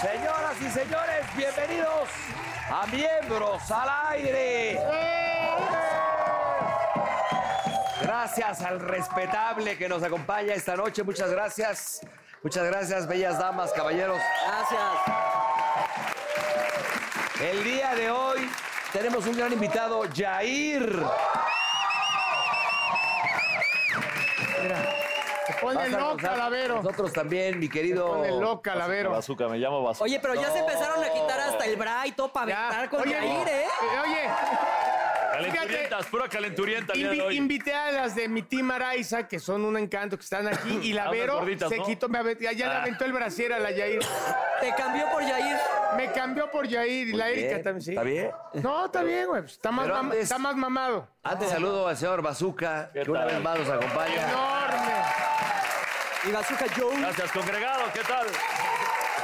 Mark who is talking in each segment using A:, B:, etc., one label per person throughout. A: Señoras y señores, bienvenidos a Miembros al Aire. Gracias al respetable que nos acompaña esta noche. Muchas gracias. Muchas gracias, bellas damas, caballeros.
B: Gracias.
A: El día de hoy tenemos un gran invitado, Jair.
C: Pone
A: Vas a
C: loca,
A: gozar
C: Lavero.
A: Nosotros también, mi querido.
C: Pone loca, Lavero.
D: Bazooka, me llamo Bazooka.
B: Oye, pero ya se empezaron a quitar hasta el bra y todo para
C: Ya.
B: aventar con
C: Oye,
B: Jair, ¿eh?
C: eh, Oye,
D: calenturientas, pura calenturienta el día de
C: invi-
D: hoy.
C: invité a las de mi team Araiza, que son un encanto, que están aquí, y la
D: Ah, unas
C: Vero
D: gorditas,
C: se
D: ¿no?
C: quitó, me ave- ya, ya le
D: Ah.
C: aventó el brasier a la Yair.
B: Te cambió por Jair.
C: Me cambió por Yair y la
A: Bien,
C: Erika también, sí.
A: ¿Está bien?
C: No, está bien, güey. pues, Está, más
A: Pero
C: mam-
A: antes-
C: está más mamado.
A: Antes Ah, saludo al señor Bazooka,
D: ¿Qué
A: que una
D: tal?
A: vez más nos acompaña.
C: Enorme.
B: Y Bazooka Joe.
D: Gracias, congregado, ¿qué tal?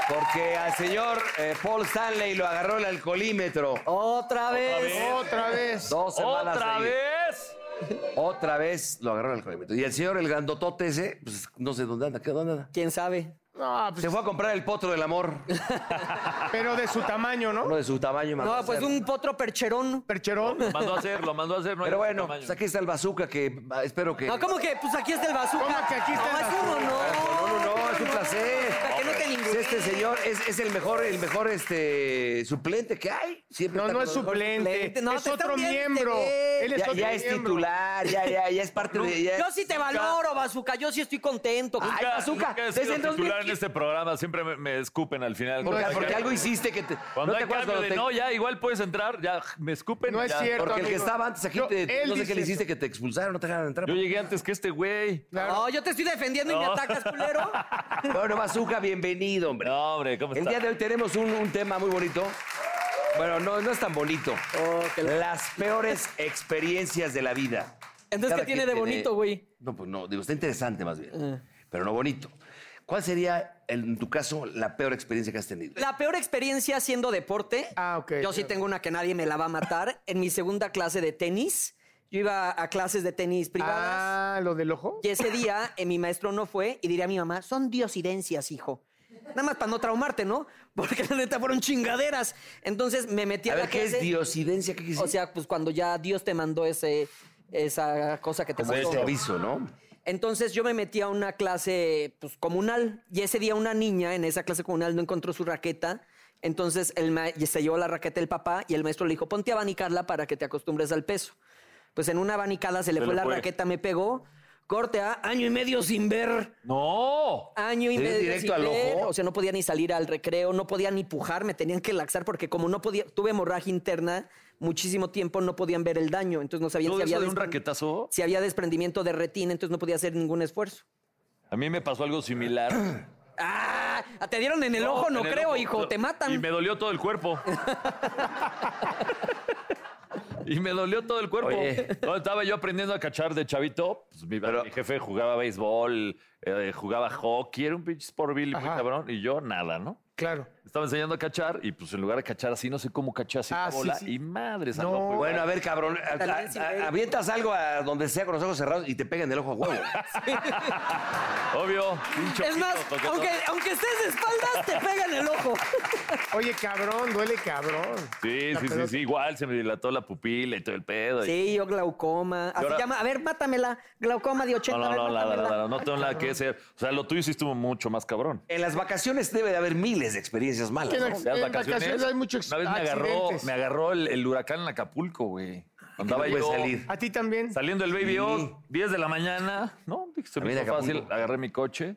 A: Porque al señor eh, Paul Stanley lo agarró el alcoholímetro.
B: Otra vez.
D: vez.
C: Otra vez.
A: Dos semanas
D: ¿Otra
A: seguidas.
D: vez?
A: Otra vez lo agarró el alcoholímetro. Y el señor, el grandotote ese, pues no sé dónde anda, ¿qué dónde anda?
B: ¿Quién sabe?
C: No, pues,
A: Se fue a comprar el potro del amor,
C: pero de su tamaño,
A: uno
C: ¿no?
A: de su tamaño. mandó a
B: No, pues
A: hacer.
B: un potro percherón.
C: Percherón.
D: Lo mandó a hacer, lo mandó a hacer. No hay
A: Pero bueno,
D: tamaño.
A: pues aquí está el bazooka que ah, espero que...
B: No, ¿cómo que? Pues aquí está el bazooka.
C: ¿Cómo que aquí está
B: no,
C: el
B: es un
C: bazooka?
A: No,
B: honor.
A: no, no, es un placer.
B: Para que no te
A: Es
B: ningún.
A: Este señor es, es el mejor, el mejor este, suplente que hay. Siempre
C: No,
A: está
C: no
A: con
C: es
A: nosotros.
C: suplente.
B: No,
C: es
B: te están
C: otro
B: viendo,
C: miembro.
B: te ven.
C: Él es
A: Ya,
C: otro
A: ya es
C: miembro.
A: titular, ya, ya, ya es parte de... ya-
B: Yo sí te valoro, Bazooka. Yo sí estoy contento.
A: Ay,
D: Nunca-
A: bazooka,
D: nunca he
A: desde
D: sido
A: el 2015.
D: titular en este programa, siempre me, me escupen al final.
A: Porque,
C: No,
A: porque algo hiciste que te...
D: Cuando
A: ¿No te
D: hay
A: acuerdas
D: cambio
A: cuando
D: de
A: te-
D: no, ya igual puedes entrar, ya me escupen.
C: No es
D: ya.
C: cierto.
A: Porque el que
C: amigo.
A: estaba antes aquí,
C: Yo-
A: te,
C: él
A: no sé qué le
C: dice
A: hiciste
C: eso.
A: que te expulsaron, no te dejaron entrar.
D: Yo llegué antes que este güey.
B: No, yo te estoy defendiendo y me
D: No.
B: atacas, culero.
A: Bueno, Bazooka, bienvenido, hombre.
D: No, hombre, ¿cómo
A: El
D: está?
A: día de hoy tenemos un, un tema muy bonito. Bueno, no, no es tan bonito.
C: Oh,
A: Las peores experiencias de la vida.
B: Entonces,
A: Cada
B: ¿qué tiene
A: quien
B: de bonito, güey? Eh.
A: No, pues no, digo, está interesante más bien, pero no bonito. ¿Cuál sería, en tu caso, la peor experiencia que has tenido?
B: La peor experiencia haciendo deporte.
C: Ah, ok.
B: Yo sí tengo una que nadie me la va a matar. En mi segunda clase de tenis, yo iba a clases de tenis privadas.
C: Ah, lo del ojo.
B: Y ese día eh, mi maestro no fue y diría a mi mamá, son diosidencias, hijo. Nada más para no traumarte, ¿no? Porque la neta fueron chingaderas. Entonces me metí a,
A: A
B: la
A: ver, ¿qué es
B: clase.
A: diosidencia? ¿Qué quisiste?
B: O sea, pues cuando ya Dios te mandó ese, esa cosa que te
A: como
B: pasó.
A: este aviso, ¿no?
B: Entonces yo me metí a una clase pues, comunal y ese día una niña en esa clase comunal no encontró su raqueta. Entonces el ma- y se llevó la raqueta el papá y el maestro le dijo, ponte a abanicarla para que te acostumbres al peso. Pues en una abanicada se le
D: Se
B: fue
D: le
B: la
A: pues.
D: fue.
B: raqueta, me pegó, corte a año y medio sin ver.
D: No.
B: Año y
A: ¿Te dio
B: medio sin
A: directo al
B: ver.
A: ojo?
B: O sea, no podía ni salir al recreo, no podía ni pujar, me tenían que laxar porque como no podía, tuve hemorragia interna muchísimo tiempo, no podían ver el daño. Entonces no sabían
D: ¿Todo
B: si había,
D: eso de un
A: este-
B: despre-
D: raquetazo?
B: si había desprendimiento de retina, entonces no podía hacer ningún esfuerzo.
D: A mí me pasó algo similar.
B: Ah, te dieron en el ojo, no
D: En el
B: creo,
D: ojo.
B: hijo, te
D: Y
B: matan.
D: me dolió todo el cuerpo. y me dolió todo el cuerpo.
A: Oye.
D: No, estaba yo aprendiendo a cachar de chavito. Pues, mi,
A: Pero-
D: mi jefe jugaba béisbol, eh, jugaba hockey, era un pinche sport bill, muy
C: Ajá.
D: cabrón. Y yo nada, ¿no?
C: Claro.
D: estaba enseñando a cachar y pues en lugar de cachar así, no sé cómo caché así
C: Ah,
D: la
C: sí,
D: bola.
C: sí.
D: Y madre
C: No.
A: Bueno, a ver, cabrón, a-
B: Tal
A: a-
B: vez sin
A: a-
B: ver.
A: avientas algo a donde sea con los ojos cerrados y te pegan el ojo a huevo.
D: Obvio. pincho
B: Es más,
D: pito, coquetón.
B: aunque, aunque estés de espaldas, te pegan el ojo.
C: Oye, cabrón, duele cabrón.
D: Sí,
C: La
D: sí, sí,
C: pelota.
D: sí, igual se me dilató la pupila y todo el pedo. y-
B: Sí, yo glaucoma. Así
D: ahora-
B: llama. A ver, mátamela. Glaucoma de 80.
D: No, no,
B: a ver,
D: no, nada,
B: mátamela.
D: nada, no tengo nada que hacer. O sea, lo tuyo sí estuvo mucho más cabrón.
A: En las vacaciones debe de haber miles de experiencias malas.
C: Eh, Que
A: ¿no?
C: no-
D: Las
C: En vacaciones hay muchos
D: Una vez me agarró,
C: accidentes.
D: me agarró el, el huracán en Acapulco, güey. Andaba
A: no
D: yo
A: puedes salir.
C: A ti también.
D: saliendo el Baby
A: Sí.
D: O, 10 de la mañana, ¿no? Dije, Se me
A: También
D: hizo
A: Acapulco.
D: fácil, agarré mi coche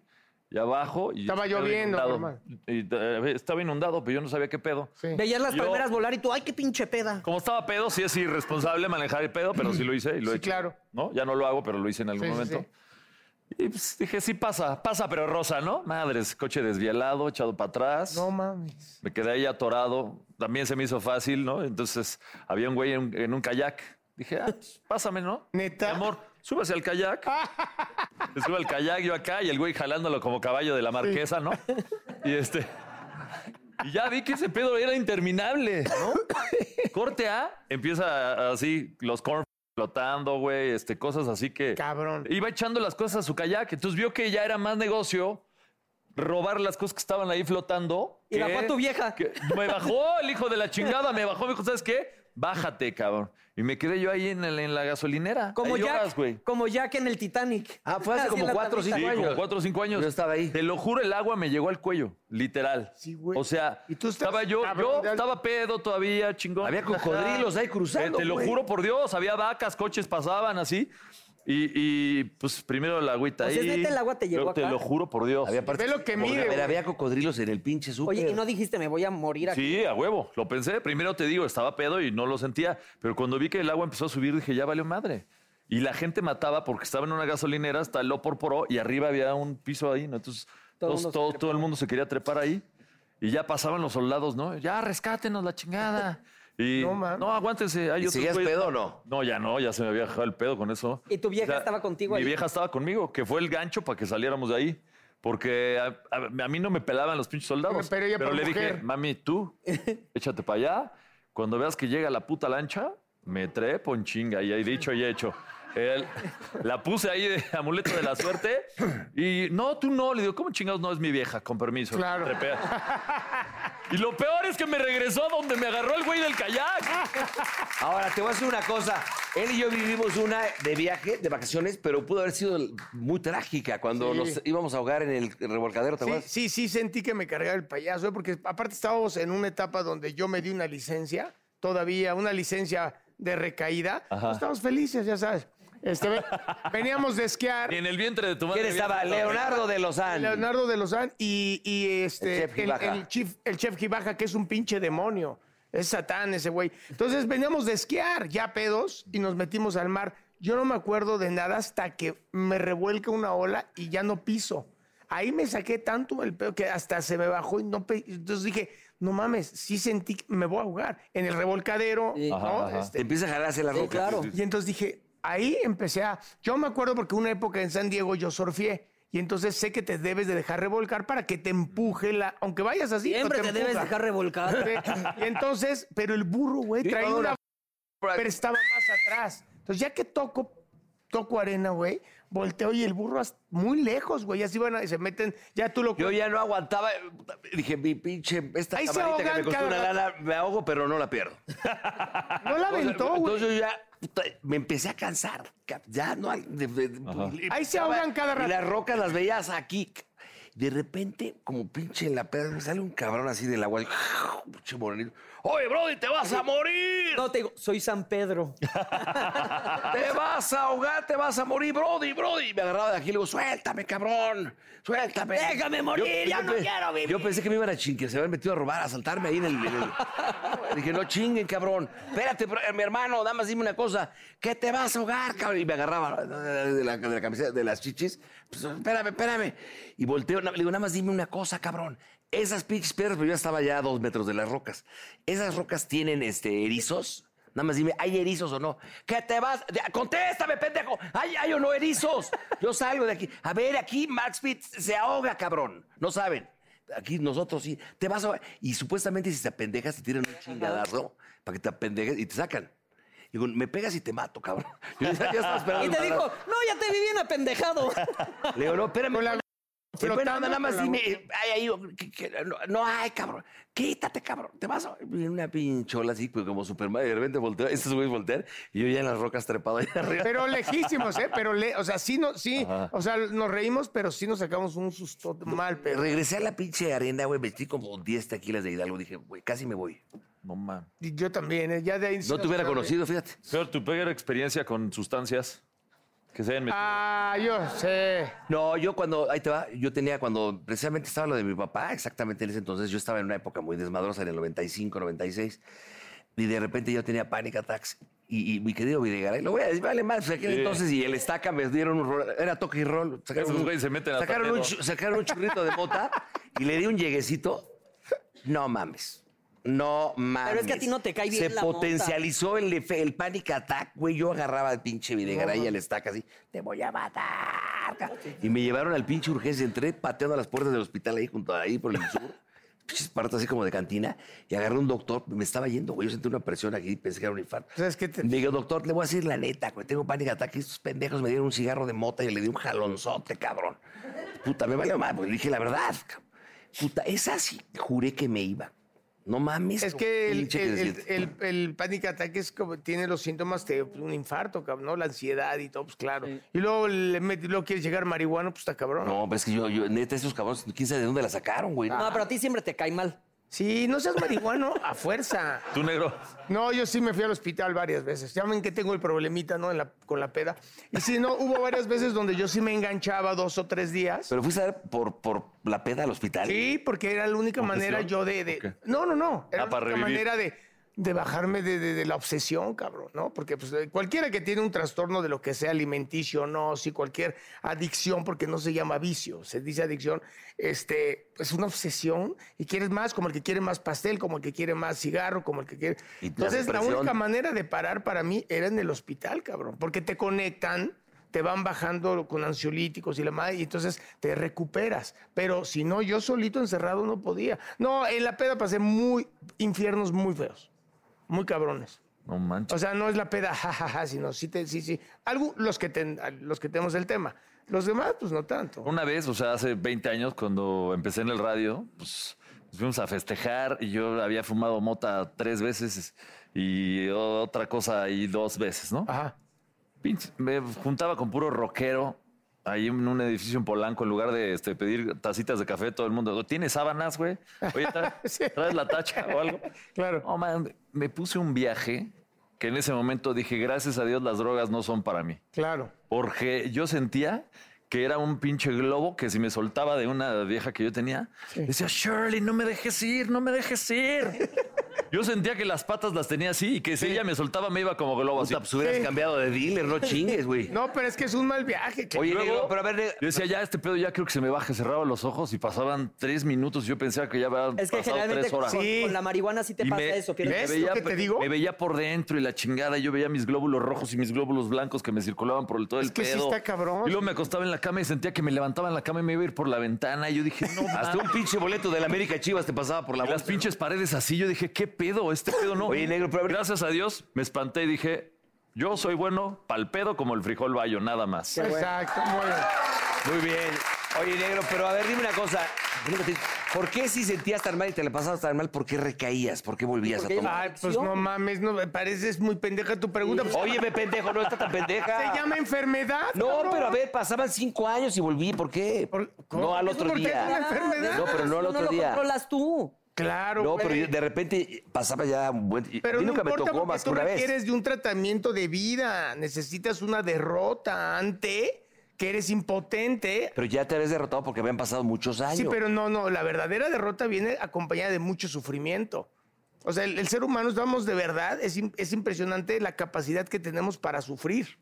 D: y abajo. Y
C: Estaba
D: estaba
C: lloviendo,
D: inundado.
C: normal.
D: Y, eh, estaba inundado, pero yo no sabía qué pedo.
C: Sí.
B: Veías las
D: Yo-
B: palmeras volar y tú, ay, qué pinche peda.
D: Como estaba pedo, sí es irresponsable manejar el pedo, pero sí lo hice y lo he
C: Sí,
D: hecho,
C: claro.
D: ¿No? Ya no lo hago, pero lo hice en algún
C: Sí, sí,
D: momento.
C: sí.
D: Y pues, dije, sí pasa, pasa, pero rosa, ¿no? Madres, coche desvialado, echado para atrás.
C: No mames.
D: Me quedé ahí atorado. También se me hizo fácil, ¿no? Entonces había un güey en, en un kayak. Dije, ah, pues, pásame, ¿no?
C: Neta.
D: Mi amor, súbase al kayak. Se sube al kayak, yo acá, y el güey jalándolo como caballo de la marquesa, ¿no? Y este. Y ya vi que ese pedo era interminable, ¿no? Corte A, empieza así, los corn flotando, güey, este, cosas así que.
C: Cabrón.
D: Iba echando las cosas a su kayak. Entonces vio que ya era más negocio robar las cosas que estaban ahí flotando.
B: Y
D: que-
B: bajó a tu vieja.
D: que- me bajó el hijo de la chingada, me bajó, me dijo, ¿sabes qué? Bájate, cabrón. Y me quedé yo ahí en, el- en la gasolinera.
B: Como
D: Ahí
B: Jack,
D: horas, güey.
B: como Jack en el Titanic.
A: Ah, fue hace
B: Así
A: como
B: en la
A: cuatro o
B: tablita.
D: Sí,
A: años.
D: como cuatro o cinco años.
A: Yo estaba ahí.
D: Te lo juro, el agua me llegó al cuello, literal.
C: Sí, güey.
D: O sea,
C: Y tú estás
D: estaba yo,
C: cabrón
D: yo
C: de alto.
D: estaba pedo todavía, chingón. Eh,
A: Había cocodrilos ahí cruzando,
D: Te, te lo
A: güey.
D: juro por Dios, había vacas, coches pasaban así. Y, y, pues primero la agüita
B: O sea,
D: ahí.
B: neta, el agua te llegó
D: Luego Te
B: acá.
D: lo juro por Dios.
A: Había partes-
C: Ve lo que
A: como-
C: mide,
A: a ver,
C: güey.
A: había cocodrilos en el pinche súper.
B: Oye, y no dijiste, me voy a morir aquí.
D: Sí, a huevo, lo pensé. Primero te digo, estaba pedo y no lo sentía, pero cuando vi que el agua empezó a subir dije, ya valió madre. Y la gente mataba porque estaba en una gasolinera hasta lo por poró y arriba había un piso ahí, ¿no? Entonces
B: Todo
D: todo,
B: el mundo se
D: todo,
B: trepó.
D: todo el mundo se quería trepar ahí y ya pasaban los soldados, ¿no? Ya rescátenos la chingada. Y
C: No,
D: no,
C: mames.
D: aguántense. hay
A: ¿Y
D: otros
A: seguías
D: güeyes-
A: pedo o no?
D: No, ya no, ya se me había dejado el pedo con eso.
B: ¿Y tu vieja estaba contigo
D: Mi
B: ahí?
D: vieja estaba conmigo, que fue el gancho para que saliéramos de ahí. Porque a, a- a mí no me pelaban los pinches soldados.
C: Pero ella por
D: le dije,
C: mujer.
D: mami, tú, échate para allá. Cuando veas que llega la puta lancha, me trepo en chinga. Y ahí dicho y hecho. Él- la puse ahí de amuleto de la suerte. Y no, tú no. Le digo, ¿cómo chingados no es mi vieja? Con permiso.
C: Claro.
D: Trepea. Y lo peor es que me regresó a donde me agarró el güey del kayak.
A: Ahora, te voy a decir una cosa. Él y yo vivimos una de viaje, de vacaciones, pero pudo haber sido muy trágica cuando
C: Sí.
A: nos íbamos a ahogar en el revolcadero, ¿te
C: Sí,
A: acuerdas?
C: sí, sí, sentí que me cargaba el payaso, ¿eh? porque aparte estábamos en una etapa donde yo me di una licencia, todavía una licencia de recaída.
D: Ajá.
C: Estábamos felices, ya sabes. Este, ve- veníamos de esquiar.
D: Y en el vientre de tu madre.
A: ¿Quién estaba?
D: viene-
A: Leonardo de Lozán.
C: Leonardo de Lozán y, y, este,
A: El chef Gibaja.
C: chef, el chef Gibaja, que es un pinche demonio. Es Satán ese güey. Entonces veníamos de esquiar, ya pedos, y nos metimos al mar. Yo no me acuerdo de nada hasta que me revuelca una ola y ya no piso. Ahí me saqué tanto el pedo que hasta se me bajó y no pe- Entonces dije, no mames, sí sentí que me voy a ahogar. En el revolcadero, ¿no?
D: Ajá, ajá.
C: Este,
A: Te empieza a jalarse la
B: Sí,
A: roca.
B: claro.
C: y entonces dije, ahí empecé a... Yo me acuerdo porque una época en San Diego yo surfeé. Y entonces sé que te debes de dejar revolcar para que te empuje la... Aunque vayas así, pero
B: Siempre te debes
C: empuja.
B: dejar revolcar.
C: Sí. Y entonces, pero el burro, güey,
A: Yo
C: traía
A: iba a
C: una...
A: una-
C: Pero estaba más atrás. Entonces ya que toco, toco arena, güey, volteo y el burro hasta- muy lejos, güey. Así van a- y se meten... Ya tú lo...
A: Yo ya no aguantaba. Dije, mi pinche, esta
C: Ahí se
A: camarita que
C: ahogan
A: me costó una
C: cada-
A: lana, me ahogo, pero no la pierdo.
C: No la aventó, güey.
A: Entonces yo ya puta, me empecé a cansar. ca- Ya no hay. de- de- y-
C: Ahí se ahogan cada rato.
A: Y las rocas las veías aquí. De repente, como pinche en la pedra, me sale un cabrón así del agua. Pinche morenito. Oye, Brody, te vas a morir.
B: No, te digo, soy San Pedro.
A: Te vas a ahogar, te vas a morir, Brody, Brody. Y me agarraba de aquí y le digo, suéltame, cabrón. Suéltame.
B: Déjame morir, ya no
A: pe-
B: quiero vivir.
A: Yo pensé que me iban a chingar, se habían metido a robar, a saltarme ahí en el. en el- Dije, no chinguen, cabrón. Espérate, bro- eh, mi hermano, damas, dime una cosa. ¿Qué te vas a ahogar, cabrón? Y me agarraba eh, de la, de la camiseta, de las chichis. Pues, espérame, espérame. Y volteo, na- le digo, nada más dime una cosa, cabrón. Esas pinches piedras, pero yo estaba ya a dos metros de las rocas. Esas rocas tienen este, erizos. Nada más dime, ¿hay erizos o no? ¿Qué te vas? De- Contéstame, pendejo. ¿Hay, hay o no erizos? Yo salgo de aquí. A ver, aquí Max Pitt se ahoga, cabrón. No saben. aquí nosotros sí, te vas a... Y supuestamente si te apendejas te tiran un chingadazo para que te apendejes y te sacan. Digo, me pegas y te mato, cabrón. Yo ya- ya estaba esperando
B: Y
A: el
B: te dijo,
A: madrazo.
B: no, ya te vi bien apendejado.
A: Le digo, no, espérame.
C: Con la-
A: Pero
C: flotando
A: nada más
C: con la
A: dime, eh, ay, ay, oh, que- que- no, no, ay, cabrón, quítate, cabrón, te vas a... Y Una pinchola así, pues, como Superman, y de repente volteo, estos güeyes voltean, y yo ya en las rocas trepado ahí arriba.
C: Pero lejísimos, ¿eh? Pero, le, o sea, sí, no, sí,
D: Ajá.
C: o sea, nos reímos, pero sí nos sacamos un susto mal,
A: Eh,
C: pero.
A: Regresé a la pinche arena, güey, metí como 10 tequilas de Hidalgo, dije, güey, casi me voy.
D: No mames.
C: y Yo también, ¿eh? ya de ahí. sí
A: No
C: nos
A: te hubiera
C: fue-
A: conocido, fíjate.
D: Pero tu peor experiencia con sustancias que se hayan metido.
C: Ah, yo sé.
A: No, yo cuando, ahí te va, yo tenía cuando precisamente estaba lo de mi papá, exactamente en ese entonces, yo estaba en una época muy desmadrosa, en el 95, 96, y de repente yo tenía panic attacks. Y, y mi querido Videgaray, lo voy a decir, vale más, en aquel
D: Sí.
A: entonces y el estaca me dieron un rol, era toque y roll.
D: Esos
A: un-
D: güeyes se meten a
A: sacaron un,
D: tapero.
A: chu- sacaron un churrito de mota y le di un lleguecito. No mames. No mames.
B: es que a ti no te cae bien
A: Se
B: la mota.
A: potencializó el, efe- el panic attack, güey. Yo agarraba al pinche Videgaray y al estaca así. Te voy a matar. ca-". Y me llevaron al pinche urgencia. Entré pateando a las puertas del hospital ahí junto a ahí por el sur. Pinches partes así como de cantina. Y agarré un doctor. Me estaba yendo, güey. Yo sentí una presión aquí. Pensé que era un infarto.
C: ¿Sabes qué Pues te-
A: Me digo, doctor, le voy a decir la neta, güey. Tengo pánico ataque. Estos pendejos me dieron un cigarro de mota y le di un jalonzote, cabrón. Puta, me valió mal, porque le dije la verdad. cabrón. Puta, es así. Juré que me iba. No mames.
C: Es
A: lo
C: que el,
A: pinche
C: el, el,
A: siento.
C: el- el panic attack es como, tiene los síntomas de un infarto, cabrón, ¿no? La ansiedad y todo, pues claro. Y luego, le met- luego quieres llegar marihuano, pues está cabrón.
A: No, pero es que yo, yo, neta, esos cabrones, quién sabe de dónde la sacaron, güey.
B: No, pero a ti siempre te cae mal.
C: Sí, no seas marihuano a fuerza.
D: Tú, negro.
C: No, yo sí me fui al hospital varias veces. Ya ven que tengo el problemita, ¿no? En la- con la peda. Y sí, no, hubo varias veces donde yo sí me enganchaba dos o tres días.
A: Pero fuiste a ver por, por la peda al hospital.
C: Sí, porque era la única manera yo de. de-
D: Ok.
C: No, no, no. Era
D: Ah,
C: la
D: para
C: única
D: revivir.
C: manera de, de bajarme de, de- de la obsesión, cabrón, ¿no? Porque pues, eh, cualquiera que tiene un trastorno de lo que sea alimenticio o no, si cualquier adicción, porque no se llama vicio, se dice adicción, este, es una obsesión y quieres más, como el que quiere más pastel, como el que quiere más cigarro, como el que quiere.
A: Y la
C: Entonces, la
A: depresión.
C: única manera de parar para mí era en el hospital, cabrón, porque te conectan, te van bajando con ansiolíticos y la madre, y entonces te recuperas. Pero si no, yo solito encerrado no podía. No, en la peda pasé muy infiernos muy feos, muy cabrones.
D: No manches.
C: O sea, no es la peda, jajaja, sino sí, te, sí, sí. Algo, los que, ten- los que tenemos el tema. Los demás, pues no tanto.
D: Una vez, o sea, hace 20 años, cuando empecé en el radio, pues nos fuimos a festejar y yo había fumado mota tres veces y otra cosa ahí dos veces, ¿no?
C: Ajá.
D: Pinche, me juntaba con puro rockero ahí en un edificio en Polanco, en lugar de este, pedir tacitas de café, todo el mundo. ¿Tienes sábanas, güey? Oye, tra-
C: Sí.
D: ¿traes la tacha o algo?
C: Claro.
D: No, man, me puse un viaje que en ese momento dije, gracias a Dios las drogas no son para mí.
C: Claro.
D: Porque yo sentía que era un pinche globo que si me soltaba de una vieja que yo tenía, decía, Shirley, no me dejes ir, no me dejes ir. Yo sentía que las patas las tenía así y que si ella me soltaba me iba como globo así.
A: Puta, pues hubieras
C: Sí.
A: cambiado de dealer, no chingues, güey.
C: No, pero es que es un mal viaje. que-
A: Oye,
D: Luego,
A: negro, pero a ver, negro,
D: Yo decía, ya este pedo ya creo que se me baje, cerraba los ojos y pasaban tres minutos y yo pensaba que ya habían
B: Es que
D: pasado
B: generalmente
D: tres
B: con,
D: horas.
C: Sí.
B: con la marihuana sí te
D: Y
B: pasa
D: me-
B: eso.
D: y me
C: ¿Ves?
B: fíjate.
C: lo que te
D: pe-
C: digo?
D: Me veía por dentro y la chingada. y Yo veía mis glóbulos rojos y mis glóbulos blancos que me circulaban por el- todo el
C: Es que sí
D: pedo.
C: está cabrón.
D: Y luego me acostaba en la cama y sentía que me levantaba en la cama y me iba a ir por la ventana. Y yo dije, no,
A: hasta un pinche boleto de la América Chivas te pasaba por la
D: las
A: bolsa.
D: pinches paredes así. Yo dije, ¿qué pedo? Este pedo no.
A: Oye, negro, pero a ver-
D: Gracias a Dios me espanté y dije, yo soy bueno pal pedo como el frijol bayo, nada más.
C: Exacto, muy bien.
A: Muy bien. Oye, negro, pero a ver, dime una cosa. ¿Por qué si sentías tan mal y te la pasabas tan mal, por qué recaías? ¿Por qué volvías
B: Porque
A: a
B: iba-
A: tomar?
C: Ay, pues no mames, no, me pareces muy pendeja tu pregunta. Pues,
A: Oye, me pendejo, no está tan pendeja.
C: ¿Se llama enfermedad?
A: No,
C: cabrón?
A: pero a ver, pasaban cinco años y volví. ¿Por qué?
C: Por-
A: No al
C: ¿Eso
A: otro
C: por qué es una
A: día.
C: enfermedad?
A: No, pero no al
B: Tú
A: otro
B: lo
A: día.
B: controlas tú.
C: Claro,
A: No,
C: güey.
A: pero de repente pasaba ya un buen...
C: Pero
A: a mí
C: no
A: nunca me
C: importa
A: tocó
C: porque
A: más que
C: tú
A: una vez.
C: requieres de un tratamiento de vida. Necesitas una derrota ante que eres impotente.
A: Pero ya te habías derrotado porque habían pasado muchos años.
C: Sí, pero no, no. La verdadera derrota viene acompañada de mucho sufrimiento. O sea, el, el ser humano, estamos de verdad, es, im- es impresionante la capacidad que tenemos para sufrir.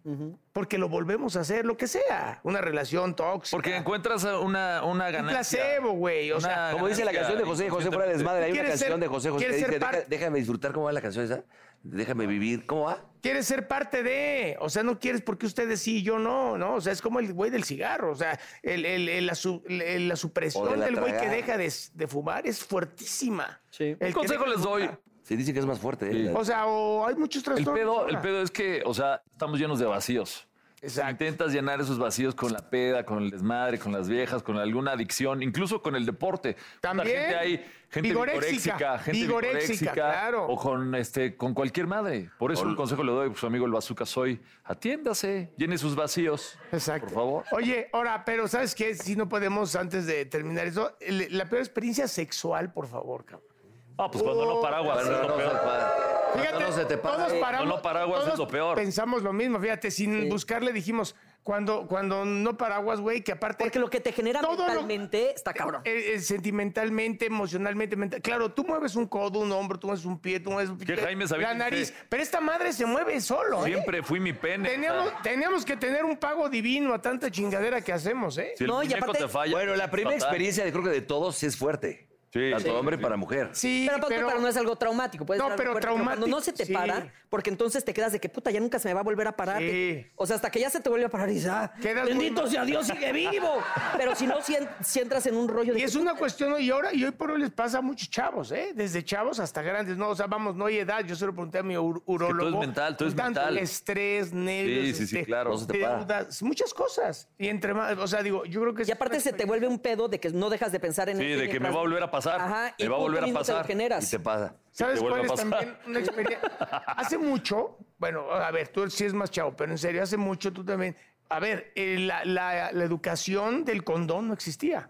C: Porque lo volvemos a hacer, lo que sea. Una relación tóxica.
D: Porque encuentras una, una
C: un
D: ganancia.
C: placebo, güey. O
D: Una
C: sea,
A: Como dice la
D: ganancia
A: canción de José José fuera
D: inconscientemente.
A: de desmadre, hay una
C: ¿Quieres
A: canción
C: ser-
A: de José José que
C: quieres ser
A: dice, "Deja-
C: parte-
A: déjame disfrutar cómo va la canción esa. déjame vivir. ¿Cómo va?
C: Quieres ser parte de, o sea, no quieres porque ustedes sí y yo no, ¿no? O sea, es como el güey del cigarro, o sea, el- el- el- la, su- el- la
A: O de
C: supresión
A: la
C: del güey que
A: tragada.
C: deja de, de fumar es fuertísima.
B: Sí.
C: El
D: Un
C: que
D: consejo
C: deja-
D: les doy.
A: Se dice que es más fuerte. ¿eh?
D: Sí.
C: O sea, o hay muchos
D: El
C: trastornos.
D: pedo,
C: ahora.
D: el pedo es que, o sea, estamos llenos de vacíos.
C: Exacto.
D: Intentas llenar esos vacíos con la peda, con el desmadre, con las viejas, con alguna adicción, incluso con el deporte. Puta,
C: También.
D: gente hay gente
C: Vigoréxica.
D: vigoréxica, gente
C: Vigoréxica,
D: vigoréxica,
C: claro.
D: o con este con cualquier madre. Por eso un consejo le doy a su amigo el Bazooka soy, atiéndase, llene sus vacíos.
C: Exacto.
D: Por favor.
C: Oye, ahora, pero ¿sabes qué? Si no podemos, antes de terminar eso, el- la peor experiencia sexual, por favor, cabrón.
D: Ah, pues cuando no paraguas
A: Cuando
D: es lo
A: no se
D: peor.
A: para- cuando
C: Fíjate,
A: no se te para.
C: todos paramos.
D: no paraguas es
C: todos
D: lo peor.
C: Pensamos lo mismo, fíjate, sin buscarle dijimos, cuando, cuando no paraguas, güey, que aparte.
B: Porque lo que te genera
C: Todo lo-
B: mentalmente está cabrón.
C: eh, eh, sentimentalmente, emocionalmente, mental- claro, tú mueves un codo, un hombro, tú mueves un pie, tú mueves
D: Que Jaime Sabines
C: la nariz, pero esta madre se mueve solo. ¿eh?
D: Siempre fui mi pene.
C: Teníamos, teníamos que tener un pago divino a tanta chingadera que hacemos, ¿eh?
D: Si el
B: No, y
D: muñeco
B: aparte-
D: te falla,
A: Bueno, la primera
D: fatal.
A: experiencia de creo que de todos sí es fuerte.
D: Sí.
A: Tanto
D: Sí.
A: hombre para mujer.
C: Sí,
B: pero, aparte, pero no es algo traumático. puede
C: No,
B: estar
C: pero
B: fuerte, cuando no se
C: traumático,
B: te
C: sí.
B: para, porque entonces te quedas de que puta, ya nunca se me va a volver a parar.
C: Sí.
B: O sea, hasta que ya se te vuelve a parar y dices, ah,
C: Quedas muy
B: bendito
C: mal.
B: sea Dios, sigue vivo. pero si no, si, en- si entras en un rollo de.
C: Y
B: que,
C: es una cuestión hoy ahora, y hoy por hoy les pasa a muchos chavos, ¿eh? Desde chavos hasta grandes, ¿no? O sea, vamos, no hay edad. Yo se lo pregunté a mi ur- urólogo.
D: mental, todo es
C: Con tanto
D: mental.
C: estrés, nervios, este,
D: Sí, sí, sí, claro, no se
A: te para.
C: deudas, muchas cosas. Y entre más, o sea, digo, yo creo que... es
B: Y aparte
C: una
B: se te vuelve un pedo de que no dejas de pensar en
D: Sí,
B: eso
D: de que me
B: mientras-
D: va a volver a pasar.
B: Ajá,
D: me
B: y
D: va a
B: tú
D: volver a
B: mismo te lo
D: pasar.
B: generas.
D: Y te pasa.
C: ¿Sabes
D: te vuelve
C: cuál
D: a pasar.
C: es también una experiencia? Hace mucho, bueno, a ver, tú sí es más chavo, pero en serio, hace mucho tú también. A ver, eh, la, la- la educación del condón no existía.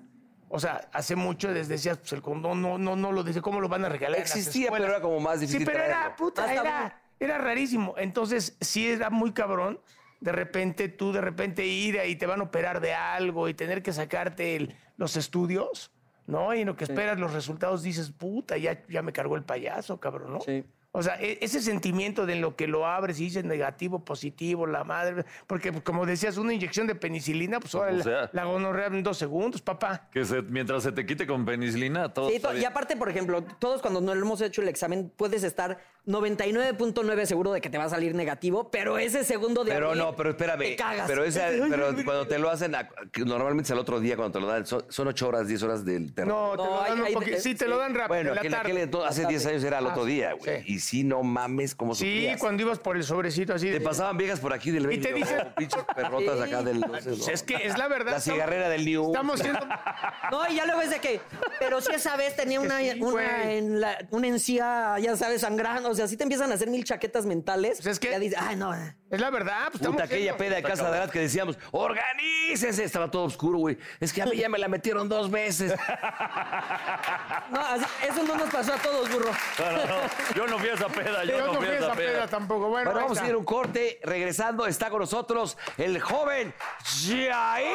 C: O sea, hace mucho les decías, pues el condón no, no, no lo dice, ¿cómo lo van a regalar? en las
A: Existía,
C: escuelas?
A: pero era como más difícil
C: Sí, pero
A: traerlo.
C: era, puta,
B: Hasta
C: era, era rarísimo. Entonces, sí era muy cabrón. De repente, tú de repente ir y te van a operar de algo y tener que sacarte el- los estudios, ¿no? Y en lo que esperas los resultados dices, puta, ya, ya me cargó el payaso, cabrón, ¿no?
B: Sí.
C: O sea, e- ese sentimiento de en lo que lo abres y dices negativo, positivo, la madre. Porque, pues, como decías, una inyección de penicilina, pues ahora
D: Como
C: la-
D: sea.
C: la gonorrea en dos segundos, papá.
D: Que se- mientras se te quite con penicilina, todo.
B: Sí,
D: está
B: to- y
D: bien.
B: aparte, por ejemplo, todos cuando no hemos hecho el examen, puedes estar 99.9 seguro de que te va a salir negativo, pero ese segundo de
A: Pero
B: abrir,
A: no, pero espérame.
B: te cagas.
A: Pero, esa- pero cuando te lo hacen, a- que normalmente es al otro día cuando te lo dan. Son, son ocho horas, diez horas del terror.
C: No, te
B: No,
C: lo
B: hay-
C: dan un
B: hay-
C: poquito. Sí, te
B: sí.
C: lo dan rápido.
A: bueno,
C: en la
A: que en aquel
C: tarde.
A: entonces, hace
B: La
A: 10
B: tarde.
A: años era al otro
C: Ah,
A: día,
C: sí.
A: güey. Y sí, no mames, cómo
C: Sí,
A: sufrías.
C: cuando ibas por el sobrecito así.
A: Te
C: de-
A: pasaban viejas por aquí del
C: Y te
A: baby,
C: dicen-
A: como pinches perrotas acá del... no sé,
C: Pues
A: no.
C: es que es la verdad.
A: La
C: estamos-
A: cigarrera del New.
C: Estamos siendo.
B: No, y ya luego es de que, pero si esa vez tenía una,
C: sí,
B: una,
C: güey.
B: en la- una encía, ya sabes, sangrando. O sea, sí te empiezan a hacer mil chaquetas mentales.
C: Pues es que-
B: Ya dices, ay, no. eh".
C: Es la verdad. Pues
A: Puta,
C: estamos
A: aquella
C: siendo-
A: peda de casa de edad que decíamos, organícese. Estaba todo oscuro, güey. Es que a mí ya me la metieron dos veces.
B: No, así- eso no nos pasó a todos, burro.
D: No, no, no. Yo no fui a esa peda, yo,
C: Yo no fui a esa peda tampoco. Bueno,
A: Bueno,
C: ahí
A: vamos a
C: está.
A: ir a un corte. Regresando, está con nosotros el joven Jair.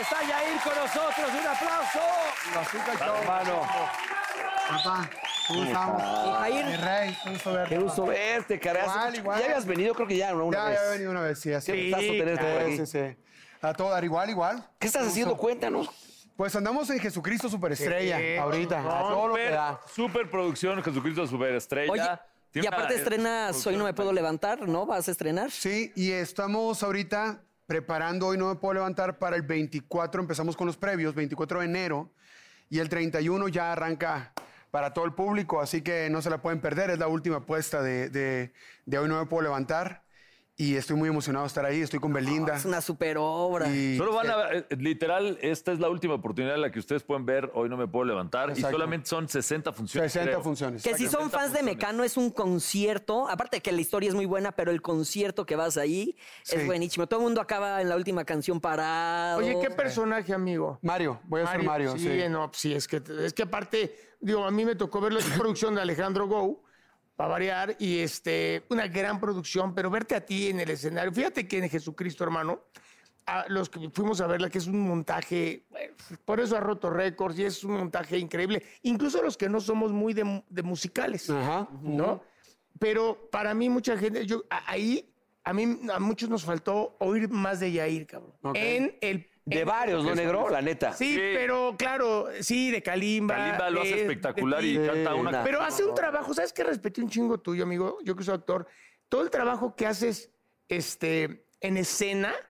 A: Está Jair con nosotros. Un aplauso. Hermano,
E: Papá, ¿cómo estamos?
B: Jair.
E: Mi rey, qué gusto verte.
A: qué gusto verte, caray. Hace
E: Igual,
A: mucho-
E: igual.
A: Ya habías venido, creo que ya, ¿no? Una
E: Ya,
A: vez.
E: ya he venido una vez, sí, así
A: Qué
E: es.
A: gustazo tenerte por aquí.
E: Sí, sí. A todo dar igual, igual.
A: ¿Qué estás haciendo? Cuéntanos.
E: Pues andamos en Jesucristo Superestrella
C: Sí.
E: ahorita. a todo lo que
D: Super,
E: da.
D: producción, Jesucristo Superestrella.
B: Oye,
D: Tiene
B: y
D: una-
B: aparte estrenas Hoy no me puedo levantar, ¿no? ¿Vas a estrenar?
E: Sí, y estamos ahorita preparando, hoy no me puedo levantar, para el 24 empezamos con los previos, 24 de enero, y el 31 ya arranca para todo el público, así que no se la pueden perder, es la última apuesta de, de- de hoy no me puedo levantar, y estoy muy emocionado de estar ahí, estoy con Belinda.
B: Ah, Es una super obra.
E: y-
D: Solo van a. eh, Literal, esta es la última oportunidad en la que ustedes pueden ver. Hoy no me puedo levantar. Y
E: Exacto.
D: solamente son 60 funciones.
E: 60
D: creo.
E: funciones.
B: Que si son fans de Mecano es un concierto, aparte de que la historia es muy buena, pero el concierto que vas ahí es
E: Sí.
B: buenísimo. Todo el mundo acaba en la última canción parado.
C: Oye,
A: ¿eh?
C: ¿qué personaje, amigo?
E: Mario, voy a ser Mario, sí.
C: no, pues sí, es que, es que aparte, digo, a mí me tocó ver la producción de Alejandro Gou, para variar, y este, una gran producción, pero verte a ti en el escenario. Fíjate que en Jesucristo, hermano, a los que fuimos a verla, que es un montaje, eh, por eso ha roto récords y es un montaje increíble, incluso los que no somos muy de, mu- de musicales,
E: Ajá.
C: ¿no? Pero para mí mucha gente, yo a- ahí, a mí, a muchos nos faltó oír más de Yair, cabrón.
E: Ok.
C: En el...
A: De
C: en-
A: varios, ¿no, negro? La neta.
C: Sí, pero claro, sí, de Kalimba.
D: Kalimba lo
C: de-
D: hace
C: de
D: espectacular y
C: ti.
D: canta una.
B: Nah.
C: Pero hace un trabajo, ¿sabes qué? Respeté un chingo tuyo, amigo, yo que soy actor. Todo el trabajo que haces este, en escena,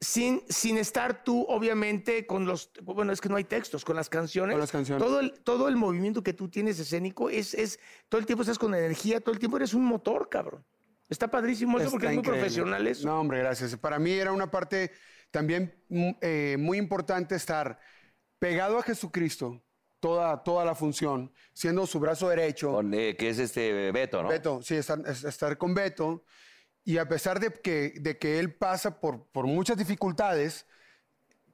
C: sin, sin estar tú, obviamente, con los. Bueno, es que no hay textos, con las canciones.
E: Con las canciones.
C: Todo el, todo el movimiento que tú tienes escénico es, es. Todo el tiempo estás con energía, todo el tiempo eres un motor, cabrón. Está padrísimo eso
E: Está
C: porque es muy
E: increíble.
C: profesional eso.
E: No, hombre, gracias. Para mí era una parte también mm, eh, muy importante estar pegado a Jesucristo toda, toda la función, siendo su brazo derecho.
A: Con, eh, que es este eh, Beto, ¿no?
E: Beto, sí, estar, es- estar con Beto. Y a pesar de que, de que él pasa por, por muchas dificultades,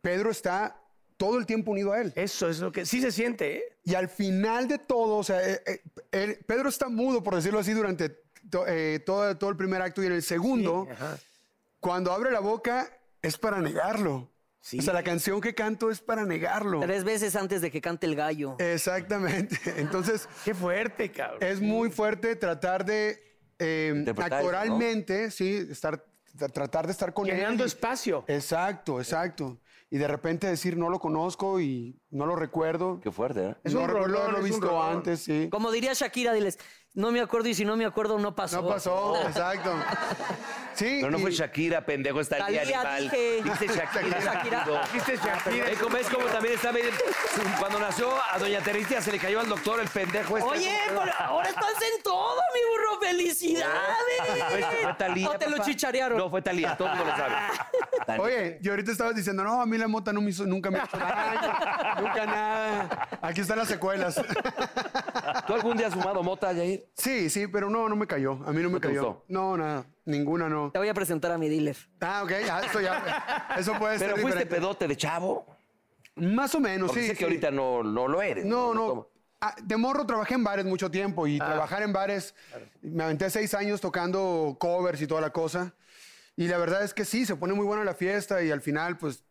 E: Pedro está todo el tiempo unido a él.
C: Eso es lo que. Sí se siente, ¿eh?
E: Y al final de todo, o sea, eh, eh, él- Pedro está mudo, por decirlo así, durante to- eh, todo, todo el primer acto y en el segundo, cuando abre la boca, es para negarlo. O sea, la canción que canto es para negarlo.
B: Tres veces antes de que cante el gallo.
E: Exactamente. Entonces,
C: Qué fuerte, cabrón.
E: es muy fuerte tratar de eh,
A: Interpretar eso, ¿no?
E: actoralmente, sí, estar, tra- tratar de estar con él
C: Llenando
E: y-
C: espacio.
E: Exacto, exacto. Y de repente decir, no lo conozco y no lo recuerdo.
A: Qué fuerte, ¿eh?
C: Es
E: no
C: un
E: recuerdo
C: rolón,
E: haberlo
C: es un
E: visto
C: rolón.
E: antes, sí.
B: Como diría Shakira, diles, no me acuerdo y si no me acuerdo, no pasó.
E: No pasó, exacto. Sí.
A: Pero no
E: y-
A: fue Shakira, pendejo, está el
B: Talía,
A: animal.
B: dije.
A: Dice Shakira.
B: Shakira.
A: estúpido.
C: Viste, Shakira?
A: Es como, es como también está bien. Cuando nació a Doña Teresita se le cayó al doctor el pendejo
E: Pues,
A: este.
B: Oye, pero ahora estás en todo, mi burro.
A: Fue- Ah, fue
B: ¡Felicidades!
A: Talía,
B: ¿O te lo
A: papá.
B: chicharearon?
A: No, fue Talía, todo el mundo lo sabe.
E: Ah,
A: Talía.
E: Oye, y ahorita estabas diciendo, no, a mí la mota no me hizo, nunca me hizo daño, nunca nada. Aquí están las secuelas.
A: ¿Tú algún día has fumado mota, Jair?
E: Sí, sí, pero no, no me cayó. A mí no me
A: te
E: cayó.
A: gustó?
E: No, nada, ninguna no.
B: Te voy a presentar a mi dealer.
E: Ah, ok, ya, eso ya. Eso puede
A: Pero
E: ser.
A: fuiste
E: diferente.
A: pedote de chavo.
E: Más o menos,
A: Porque
E: sí.
A: sé que
E: sí.
A: ahorita no, no lo eres.
E: No,
A: tomas.
E: no. Ah, de morro trabajé en bares mucho tiempo y trabajar en bares, me aventé seis años tocando covers y toda la cosa. Y la verdad es que sí, se pone muy buena la fiesta y al final pues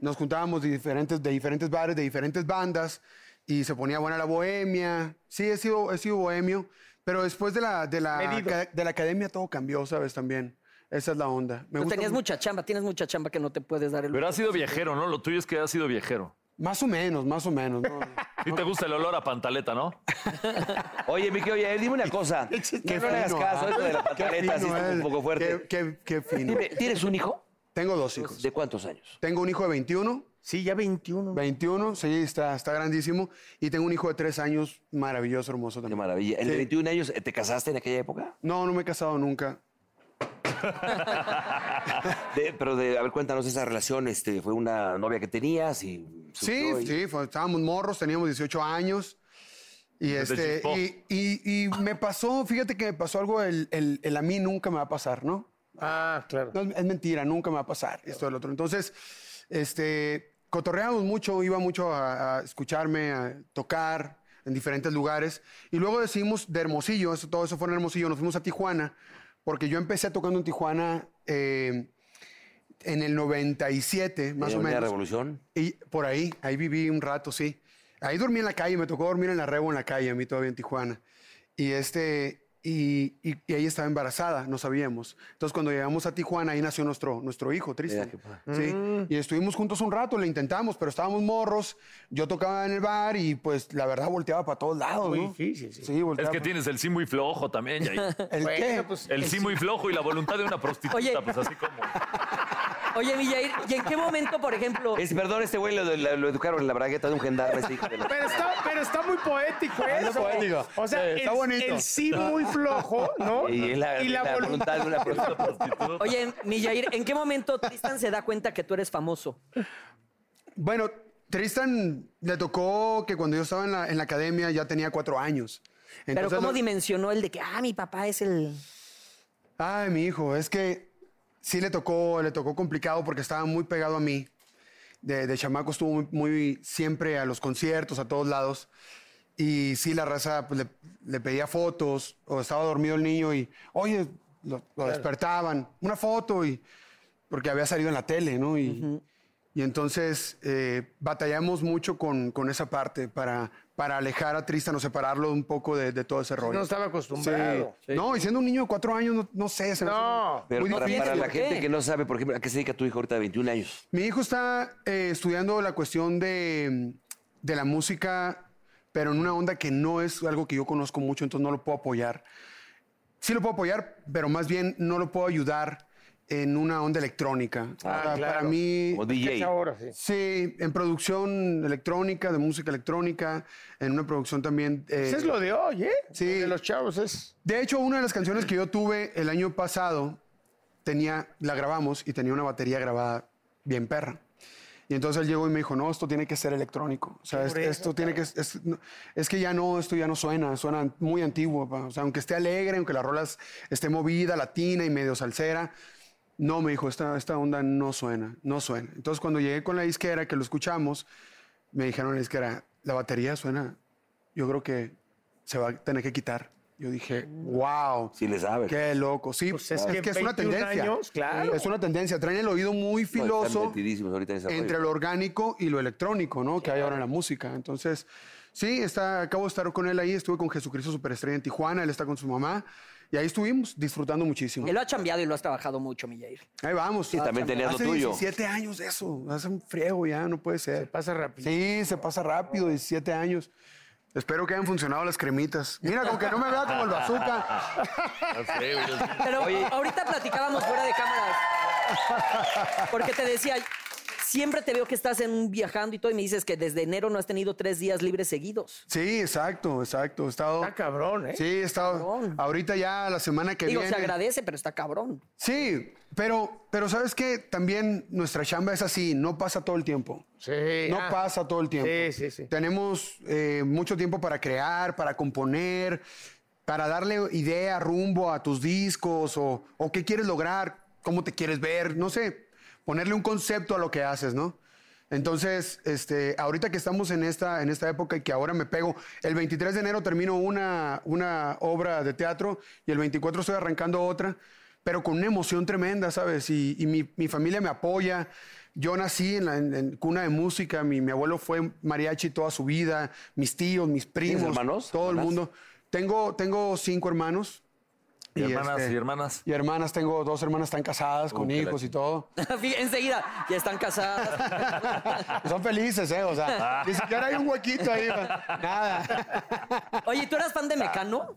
E: nos juntábamos de diferentes, de diferentes bares, de diferentes bandas y se ponía buena la bohemia. Sí, he sido, he sido bohemio, pero después de la, de,
C: Medido.
E: la, de la academia todo cambió, ¿sabes? También. Esa es la onda. Me
B: Tú
E: gusta
B: tenías
E: mu-
B: mucha chamba, tienes mucha chamba que no te puedes dar el
D: Pero has sido viajero, ¿no? Lo tuyo es que has sido viajero.
E: Más o menos, más o menos. ¿no?
D: Y te gusta el olor a pantaleta, ¿no?
A: Oye, mi querido Jair, dime una cosa.
E: Qué
A: no le hagas
E: fino,
A: caso,
E: ah.
A: esto de la
E: Qué
A: pataleta, sí
E: fino
A: está un
E: él.
A: poco
E: Qué-
A: fuerte.
E: qué- qué fino.
A: Dime, ¿tienes un hijo?
E: Tengo dos hijos.
A: ¿De cuántos años?
E: Tengo un hijo de 21,
C: Sí, ya 21.
E: 21, sí, está, está grandísimo. Y tengo un hijo de 3 años, maravilloso, hermoso
A: Qué
E: también.
A: maravilla. ¿El de
E: Sí.
A: 21 años eh, te casaste en aquella época?
E: No, no me he casado nunca.
A: De- pero, de, a ver, cuéntanos esa relación. Este, ¿Fue una novia que tenías? Y
E: Sí,
A: surgió y-
E: sí, fue- estábamos morros, teníamos 18 años. Y, este,
D: chispó.
E: y, y- y me pasó, fíjate que me pasó algo, el, el- el a mí nunca me va a pasar, ¿no?
C: Ah, claro.
E: No, es mentira, nunca me va a pasar esto del otro. Entonces, este, cotorreábamos mucho, iba mucho a, a escucharme, a tocar en diferentes lugares. Y luego decidimos de Hermosillo, eso, todo eso fue en Hermosillo, nos fuimos a Tijuana, porque yo empecé tocando en Tijuana eh, en el 97, más
A: Eh,
E: o
A: Avenida
E: menos.
A: Revolución.
E: Y por ahí, ahí viví un rato, sí. Ahí dormí en la calle, me tocó dormir en la rebo en la calle, a mí todavía en Tijuana. Y este, y, y- y ella estaba embarazada, no sabíamos. Entonces, cuando llegamos a Tijuana, ahí nació nuestro, nuestro hijo, Tristan.
A: Mira qué padre.
E: Sí,
C: Mm.
E: y estuvimos juntos un rato, le intentamos, pero estábamos morros. Yo tocaba en el bar y, pues, la verdad, volteaba para todos lados,
C: Muy
E: ¿no?
C: difícil, sí.
D: Es
E: volteaba.
D: que tienes el sí muy flojo también, Yair.
E: pues. ¿El qué?
C: Bueno, pues,
D: El sí muy flojo y la voluntad de una prostituta,
B: Oye.
D: pues así como.
B: Oye, mi Yair, ¿y en qué momento, por ejemplo?
A: Es, perdón, este güey lo, lo- lo educaron en la bragueta de un gendarme. ese hijo de la-
C: Pero está, pero está muy poético eso.
E: poético.
C: O sea,
E: Eh, está
C: el,
E: bonito.
C: el sí muy flojo, ¿no?
A: Y es la, la voluntad de una persona.
B: Oye, mi Yair, ¿en qué momento Tristan se da cuenta que tú eres famoso?
E: Bueno, Tristan le tocó que cuando yo estaba en la, en la academia ya tenía cuatro años.
B: Pero
E: Entonces,
B: ¿cómo
E: lo-
B: dimensionó el de que, ah, mi papá es el...
E: Ay, mi hijo, es que sí le tocó, le tocó complicado porque estaba muy pegado a mí. De, de chamaco estuvo muy, muy siempre a los conciertos, a todos lados. Y sí, la raza pues, le, le pedía fotos o estaba dormido el niño y, oye, lo, lo despertaban, una foto y porque había salido en la tele, ¿no? Y, y entonces eh, batallamos mucho con, con esa parte para, para alejar a Tristan o separarlo un poco de, de todo ese rollo.
C: No estaba acostumbrado.
E: Sí. No, y siendo un niño de cuatro años, no, no sé. se me hace
C: No.
E: muy
A: Pero para,
E: difícil.
A: para la
B: ¿por qué?
A: gente que no sabe, por ejemplo, ¿a qué se dedica tu hijo ahorita de 21 años?
E: Mi hijo está eh, estudiando la cuestión de, de la música, pero en una onda que no es algo que yo conozco mucho, entonces no lo puedo apoyar. Sí lo puedo apoyar, pero más bien no lo puedo ayudar en una onda electrónica. O sea, Para
C: Ah, claro.
E: mí,
A: Como DJ.
C: Es ahora, sí.
E: sí, en producción electrónica, de música electrónica, en una producción también... eh,
C: Eso es lo de hoy, ¿eh?
E: Sí.
C: Lo De los chavos es.
E: de hecho, una de las canciones que yo tuve el año pasado, tenía, la grabamos y tenía una batería grabada bien perra. Y entonces él llegó y me dijo, no, esto tiene que ser electrónico. O sea, es- esto tiene que... Es, no- es que ya no, esto ya no suena, suena muy antiguo. pa. O sea, aunque esté alegre, aunque la rola es- esté movida, latina y medio salsera, no, me dijo, esta, esta onda no suena, no suena. Entonces cuando llegué con la disquera, que lo escuchamos, me dijeron en la disquera, la batería suena, yo creo que se va a tener que quitar. Yo dije, wow.
A: Sí le sabe.
E: Qué loco, sí.
C: Pues es
E: es,
C: que
E: que es una
C: 21
E: tendencia.
C: años, claro.
E: Es una tendencia. Traen el oído muy
A: No, Están
E: filoso
A: metidísimos ahorita en ese rollo.
E: entre lo orgánico y lo electrónico, ¿no? Que hay ahora en la música. Entonces, sí, está, acabo de estar con él ahí. Estuve con Jesucristo Superestrella en Tijuana. Él está con su mamá. Y ahí estuvimos disfrutando muchísimo.
B: Él lo ha chambeado y lo has trabajado mucho, mi Yair.
E: Ahí vamos.
A: Sí, también tenías lo
E: Hace
A: tuyo.
E: 17 años de eso. Hace un friego ya, no puede ser.
C: Pasa rápido.
E: Sí, se pasa rápido, 17 años. Espero que hayan funcionado las cremitas. Mira, con que no me vea como el bazooka.
B: Pero ahorita platicábamos fuera de cámaras. Porque te decía, siempre te veo que estás en, viajando y todo, y me dices que desde enero no has tenido tres días libres seguidos.
E: Sí, exacto, exacto. He estado...
C: Está cabrón, ¿eh?
E: Sí, he estado.
B: Cabrón.
E: Ahorita ya la semana que
B: Digo,
E: viene.
B: se agradece, pero está cabrón.
E: Sí, pero, pero sabes que también nuestra chamba es así, no pasa todo el tiempo.
C: Sí,
E: No
C: ah.
E: pasa todo el tiempo.
C: Sí, sí, sí.
E: Tenemos eh, mucho tiempo para crear, para componer, para darle idea, rumbo a tus discos o, o qué quieres lograr, cómo te quieres ver, no sé, ponerle un concepto a lo que haces, ¿no? Entonces, este, ahorita que estamos en esta, en esta época y que ahora me pego, el 23 de enero termino una, una obra de teatro y el 24 estoy arrancando otra, pero con una emoción tremenda, ¿sabes? Y, y mi, mi familia me apoya. Yo nací en, la, en- en cuna de música, mi, mi abuelo fue mariachi toda su vida, mis tíos, mis primos,
A: hermanos?
E: todo el
A: ¿Hermanas?
E: mundo. Tengo, tengo cinco hermanos.
D: Y hermanas
E: este,
D: y hermanas. Uh,
E: y hermanas, tengo dos hermanas, están casadas con hijos y todo.
B: Fí- Enseguida, ya están casadas.
E: Son felices, ¿eh? O sea, ni siquiera hay un huequito ahí. pa- Nada.
B: Oye, ¿tú eras fan de Mecano?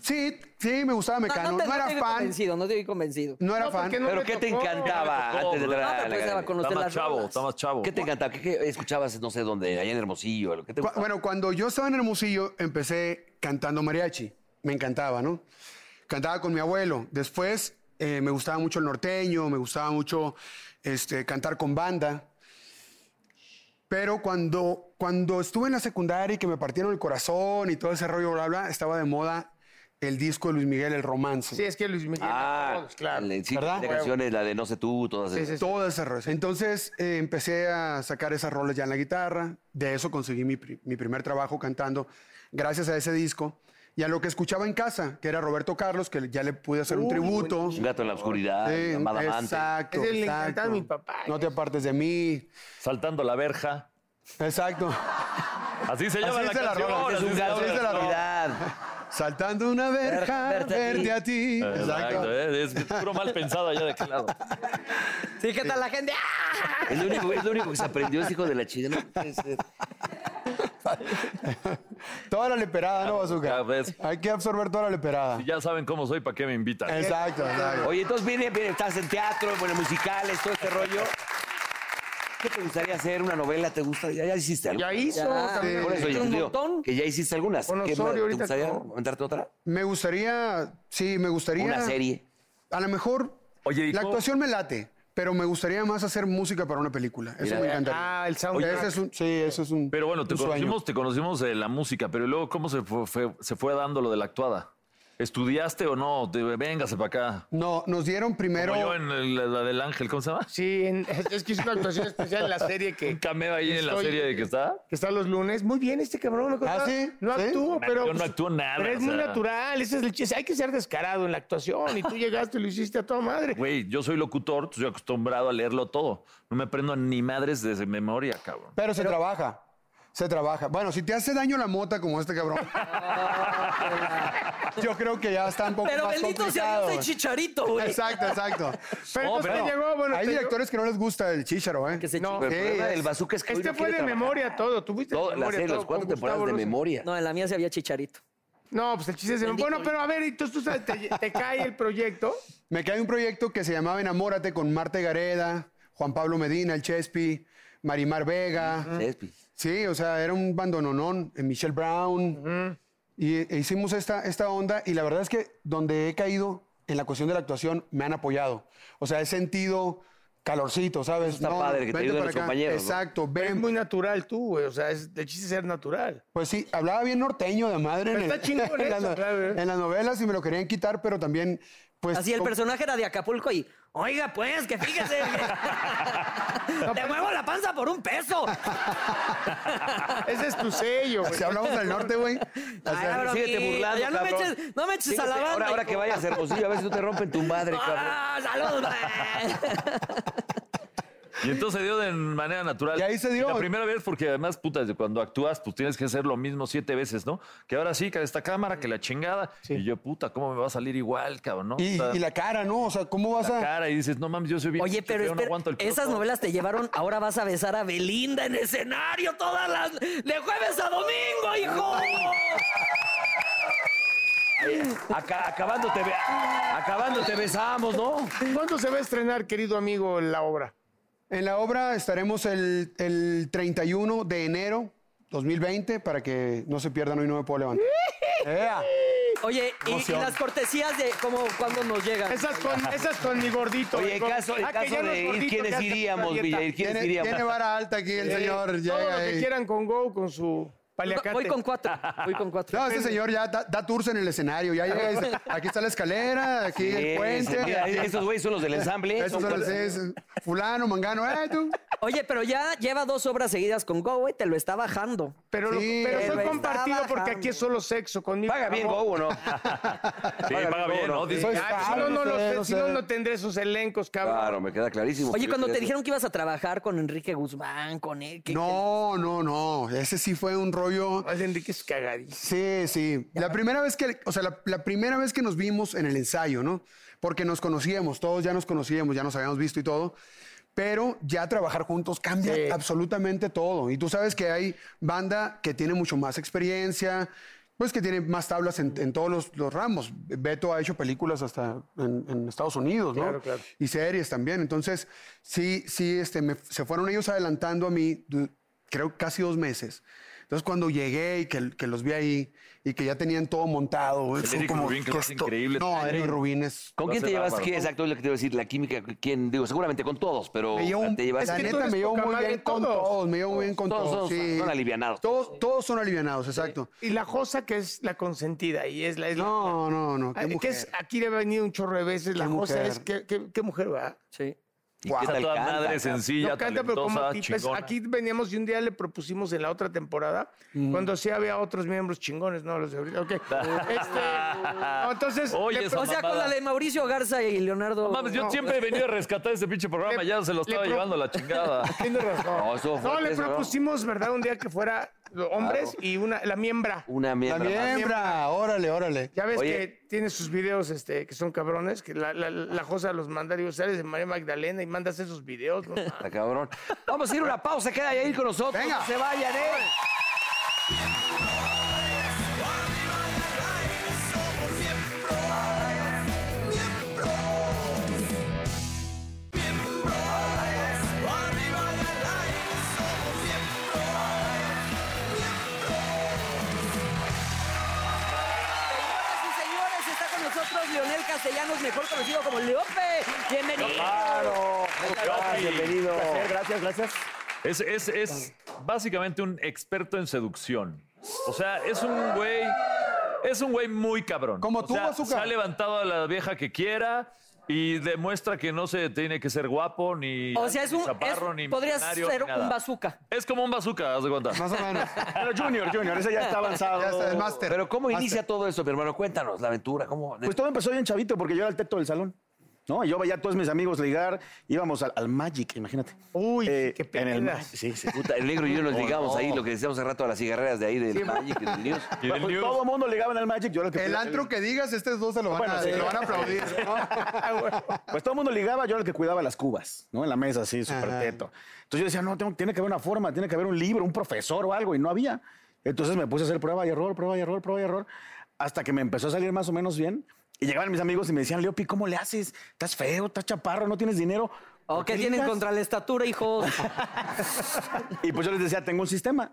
E: Sí, sí, me gustaba Mecano. No,
B: te,
E: era
B: te vi
E: fan.
B: convencido, no te vi convencido.
E: No era fan.
C: porque no
A: ¿Pero
C: me
A: qué te
C: tocó.
A: encantaba
D: tocó,
A: antes de entrar
C: Ah,
B: No,
A: a
B: pero
A: la
B: pues daba a
A: academia?
D: Está
B: conocer
D: más
B: las
D: chavo,
B: rolas.
D: está más chavo.
A: ¿Qué te encantaba? ¿Qué, qué escuchabas, no sé dónde, allá en Hermosillo? lo que te
E: Cu-
A: gustaba?
E: Bueno, cuando yo estaba en Hermosillo, empecé cantando mariachi. Me encantaba, ¿no? Cantaba con mi abuelo. Después eh, me gustaba mucho el norteño, me gustaba mucho este, cantar con banda. Pero cuando, cuando estuve en la secundaria y que me partieron el corazón y todo ese rollo, bla, bla, estaba de moda el disco de Luis Miguel, El Romance.
C: Sí, es que Luis Miguel.
A: ah,
C: todos, claro.
A: el- sí,
E: ¿Verdad?
A: de canciones, la de No sé tú, todas esas.
C: sí, sí.
E: Todo ese rollo. Entonces eh, empecé a sacar esas rolas ya en la guitarra. De eso conseguí mi, pri- mi primer trabajo cantando, gracias a ese disco. Y a lo que escuchaba en casa, que era Roberto Carlos, que ya le pude hacer un tributo.
A: Un gato en la oscuridad,
E: Sí,
A: Amada Amante.
E: exacto.
C: Ese le
E: exacto.
C: encantaba a mi papá.
E: No te apartes de mí.
D: Saltando la verja.
E: Exacto.
D: Así se llama
E: Así
D: la
E: es de la
D: canción.
E: rola,
A: Es
D: así
A: un
D: se
A: gato en
D: llama
A: la
D: la canción.
A: oscuridad.
E: Saltando una verja,
B: verte
E: verte,
B: a ti.
E: a ti.
D: Exacto, ¿eh? es puro mal pensado allá de aquel lado.
B: Sí, ¿qué tal la gente? ¡Ah!
A: Es lo único, es lo único que se aprendió ese hijo de la chida. No puede ser.
E: Toda la leperada, ¿no,
D: ya
E: Bazooka?
D: ves.
E: Hay que absorber toda la leperada.
D: Ya saben cómo soy, ¿para qué me invitan?
E: Exacto, exacto.
A: Oye, entonces viene, viene, estás en teatro, bueno, musicales, todo este rollo. ¿Qué te gustaría hacer? ¿Una novela? ¿Te gusta? Ya, ya hiciste algo.
C: Ya hizo.
B: Ya.
C: también.
A: Por eso,
B: Hiciste
A: yo
B: un
A: te digo
B: montón.
A: que ya hiciste algunas.
C: Con
A: ¿Qué
C: Osorio
A: más? ¿Te
C: ahorita
A: gustaría
C: acabó.
A: aventarte otra?
E: Me gustaría, sí, me gustaría.
A: Una serie.
E: A lo mejor.
D: Oye, ¿y
E: la
D: cómo-
E: actuación me late, pero me gustaría más hacer música para una película. Eso
A: Mira.
E: me encantaría.
C: Ah, el soundtrack.
E: Oye, ese es un, sí, ese es un.
D: Pero bueno, te
E: un sueño.
D: conocimos, te conocimos eh, la música, pero luego, ¿cómo se fue, fue- se fue dando lo de la actuada? ¿Estudiaste o no? Te- véngase para acá.
E: No, nos dieron primero.
D: Como yo en el- la, la del Ángel, ¿cómo se llama?
C: Sí, en- es, es que hizo una actuación especial en la serie que,
D: Un cameo ahí en la
C: Estoy-
D: serie de que está.
C: que está los lunes. Muy bien, este cabrón. ¿no?
E: ¿Ah, sí?
C: No
E: ¿Sí?
C: actuó,
D: No,
C: pero. pues,
D: yo no actúo nada,
C: Pero es
D: Ah, o
C: muy
D: sea.
C: natural. Ese es el chiste. Hay que ser descarado en la actuación. Y tú llegaste y lo hiciste a toda madre.
D: Güey, yo soy locutor, pues, estoy acostumbrado a leerlo todo. No me aprendo ni madres de memoria, cabrón.
E: Pero se trabaja. Se trabaja. Bueno, si te hace daño la mota como este cabrón. yo creo que ya está un poco
B: Pero
E: más
B: bendito sea
E: complicado.
B: Dios el chicharito, güey.
E: Exacto, exacto.
C: Pero
D: Oh,
C: entonces
D: pero
C: te llegó, bueno,
E: Hay
C: te llegó-
E: directores que no les gusta el chícharo, ¿eh?
B: Que se
C: No,
B: chingó.
A: El problema del bazooka es que hoy
C: Este
A: no
C: fue
A: quiere
C: de
A: trabajar.
C: memoria todo. Tuviste
A: Todo,
C: de
A: las
C: memoria
A: series,
C: todo
A: las cuatro
C: con Gustavo
A: temporadas de
C: Rosa.
A: memoria.
B: No, en la mía se había chicharito.
C: No, pues el chiste es de memoria. Bueno, pero a ver, entonces tú sabes, te, te cae el proyecto.
E: Me cae un proyecto que se llamaba Enamórate con Marte Gareda, Juan Pablo Medina, el Chespi, Marimar Vega.
A: Cespi.
E: Sí, o sea, era un bandononón, eh, Michelle Brown. Y eh, hicimos esta, esta onda y la verdad es que donde he caído en la cuestión de la actuación me han apoyado. O sea, he sentido calorcito, ¿sabes?
A: está padre, que te
E: vente
A: ayuden
E: para
A: los
E: acá.
A: compañeros, ¿no?
E: Exacto,
C: Es
E: ven.
C: muy natural tú, güey. O sea, es, el chiste es ser natural.
E: Pues sí, hablaba bien norteño de madre en,
C: Pero está chingón
E: en las
C: eso,
E: no-
C: claro, ¿eh?
E: en las novelas y me lo querían quitar, pero también, pues...
B: Así el
E: como-
B: personaje era de Acapulco y, oiga, pues, que fíjese. que- Te muevo la panza por un peso.
C: Ese es tu sello, güey.
E: Si hablamos del norte, güey. o sea,
B: Ay,
A: síguete
B: Broquito,
A: burlando,
B: Ya no me
A: cabrón.
B: eches, no me eches a la
A: Fíjate,
B: banda.
A: ahora, ahora que
B: hijo.
A: vayas a Hermosillo, a ver si no te rompen tu madre, cabrón.
B: ¡Ah, salud, güey!
D: Y entonces se dio de manera natural.
E: Y ahí se dio.
D: la primera vez, porque además, puta, desde cuando actúas, pues tienes que hacer lo mismo siete veces, ¿no? Que ahora sí, que esta cámara, que la chingada. Y yo, puta, ¿cómo me va a salir igual, cabrón? ¿no?
E: y,
D: O sea,
E: y la cara, ¿no? O sea, ¿cómo vas
D: la
E: a...?
D: cara y dices, no mames, yo soy bien.
B: Oye,
D: pinche
B: pero
D: feo, no
B: espera,
D: aguanto el
B: esas
D: piropo.
B: novelas te llevaron, ahora vas a besar a Belinda en escenario todas las... ¡De jueves a domingo, hijo!
A: Aca- acabándote, be- acabándote besamos, ¿no?
C: ¿Cuándo se va a estrenar, querido amigo, la obra?
E: En la obra estaremos el, el 31 de enero 2020 para que no se pierdan hoy no me puedo levantar. ¡Ea!
B: Oye, y- y,
E: Emoción.
B: las cortesías de cómo, cuándo nos llegan.
C: Esas con, esas con mi gordito.
A: Oye,
C: el
A: en
C: gor-
A: caso, en
C: Ah, que
A: caso
C: ya no es
A: de ir,
C: gordito, que
A: ¿quiénes
C: hace
A: iríamos,
C: pura dieta.
A: Villair? ¿Quiénes
E: Tiene,
A: iríamos?
E: tiene vara alta aquí el señor.
C: Eh, Todo
E: llega
C: lo que
E: ahí.
C: quieran con Go, con su paliacate.
B: Voy con cuatro, voy con cuatro.
E: No, ese señor ya da, da tours en el escenario. Ya llega y dice, aquí está la escalera, aquí el
A: Eh,
E: puente.
A: mira,
E: aquí-
A: esos güeyes son los del ensamble.
E: Estos
A: son
E: son los-
A: cuatro.
E: es- fulano, mangano, eh, tú.
B: Oye, pero ya lleva dos obras seguidas con Go, güey, te lo está bajando.
C: Pero, lo-
E: Sí,
C: pero
B: pero
C: fue
B: está
C: compartido porque
B: bajando.
C: aquí es solo sexo conmigo.
A: ¿Paga bien Go
C: Amor.
A: o no?
D: Sí, paga bien, ¿no? Dice,
E: Soy
C: Ah, si
E: fan,
C: no, no,
E: sé,
C: los-
E: no
C: si
E: sé.
C: no, no tendré sus elencos, cabrón.
A: Claro, me queda clarísimo.
B: Oye,
A: Yo
B: cuando
A: quería
B: te dijeron que ibas a trabajar con Enrique Guzmán, con él... ¿qué-
E: No, no, no. Ese sí fue un rollo.
C: Ay, Enrique es cagadísimo.
E: Sí, sí. La primera vez que, o sea, la, la primera vez que nos vimos en el ensayo, ¿no? Porque nos conocíamos, todos ya nos conocíamos, ya nos habíamos visto y todo. Pero ya trabajar juntos cambia absolutamente todo. Y tú sabes que hay banda que tiene mucho más experiencia, pues que tiene más tablas en, en todos los, los ramos. Beto ha hecho películas hasta en, en Estados Unidos, ¿no? Y series también. Entonces, sí, sí, este, me- se fueron ellos adelantando a mí, du- creo casi dos meses. Entonces, cuando llegué y que, que los vi ahí y que ya tenían todo montado,
D: El
E: fue
D: Eric
E: como
D: Rubin, que lo hace
E: costo-
D: increíble
E: No,
D: también.
E: Eric Rubin es.
A: ¿Con
D: Lo
A: quién te
D: hace
A: llevas?
D: bárbaro.
A: ¿Quién? Exacto, es lo que te iba a decir. La química, ¿quién? Digo, seguramente con todos, pero
E: Me llevo un-
A: te llevas...
E: la
C: que tú
E: neta
C: eres
E: me llevo
C: poca
E: muy
C: madre
E: bien
C: con
E: con
C: todos.
E: todos, me llevo muy bien con
A: Todos
E: todos.
A: son-
E: sí.
A: son alivianados.
E: Todos, todos son alivianados, exacto.
C: Y la Josa, que es la consentida, y es la. es la-
E: No, no, no.
C: Ah,
E: Qué
C: que
E: mujer.
C: es, aquí le ha venido un chorro de veces. La
E: Qué
C: Josa
E: mujer.
C: es. ¿Qué, qué, qué mujer, va?
B: Sí.
A: ¿Y
E: Guau.
A: qué tal
D: toda
A: canta?
D: madre sencilla,
C: no canta, pero como
D: talentosa,
C: tipes.
D: chingona.
C: Aquí veníamos y un día le propusimos en la otra temporada,
E: Mm.
C: cuando sí había otros miembros chingones, no los de ahorita. Ok. Este, no, entonces.
D: Oye,
C: le
D: esa
B: O sea, con la de Mauricio Garza y Leonardo...
D: No mames, yo
C: No. pues,
D: siempre he venido a rescatar este pinche programa,
C: Le-
D: ya se lo estaba
C: le pro-
D: llevando la chingada.
C: Tienes razón.
A: No, eso fue
C: No, le
A: antes, ¿no?
C: propusimos, ¿verdad? Un día que fuera hombres y una, la miembra.
A: Una
F: La
A: miembra. más.
F: miembra, órale, órale.
C: Ya ves
A: Oye.
C: que tiene sus videos este, que son cabrones, que la, la, la Josa los manda, digo, sales de María Magdalena y mandas esos videos. ¿no?
A: Está cabrón. Vamos a ir a una pausa, queda ahí con nosotros.
F: Venga.
A: No se vayan, ¿eh?
B: Señoras y señores, está con nosotros Leonel Castellanos, mejor conocido como Leope. Bienvenido.
A: Claro.
D: Yopi.
A: Bienvenido.
F: Gracias, gracias.
D: Es, es, es básicamente un experto en seducción. O sea, es un güey. Es un güey muy cabrón.
F: Como
D: O
F: tú,
D: sea,
F: Bazooka.
D: Se ha levantado a la vieja que quiera y demuestra que no se tiene que ser guapo ni.
B: O sea, es
D: ni
B: un.
D: Chaparro,
B: es-
D: ni
B: podrías
D: millonario,
B: ser
D: ni nada.
B: un bazooka.
D: Es como un bazooka, haz de cuenta.
E: Más o menos.
F: Pero Junior, Junior, ese ya está avanzado.
E: Ya está, es máster.
A: Pero ¿cómo
E: Máster.
A: inicia todo esto, mi hermano? Cuéntanos la aventura. ¿Cómo?
F: Pues todo empezó bien chavito porque yo era el teto del salón. ¿No? Y Yo veía a todos mis amigos ligar, íbamos al, al Magic, imagínate.
C: Uy,
F: Eh,
C: qué
F: en el Ma-
C: penas.
F: Sí, sí.
A: Puta, el negro y yo
F: Oh,
D: Oh,
A: nos ligamos ahí, lo que decíamos hace rato a las cigarreras de ahí, del Magic, del News.
D: Y del
F: Pues
D: News.
F: todo el mundo ligaba en el Magic, yo era el que
E: El
F: cuidaba-
E: antro que digas, estos dos se lo van, a, se lo van a aplaudir.
F: Pues todo el mundo ligaba, yo era el que cuidaba las cubas, ¿no? En la mesa, así, súper teto. Entonces yo decía, no, tengo- tiene que haber una forma, tiene que haber un libro, un profesor o algo, y no había. Entonces me puse a hacer prueba y error, prueba y error, prueba y error, hasta que me empezó a salir más o menos bien. Y llegaban mis amigos y me decían, Leopi, ¿cómo le haces? Estás feo, estás chaparro, no tienes dinero.
B: ¿O
F: ¿Por
B: qué
F: qué
B: tienen
F: ligas?"
B: contra la estatura, hijos?
F: Y pues yo les decía, tengo un sistema.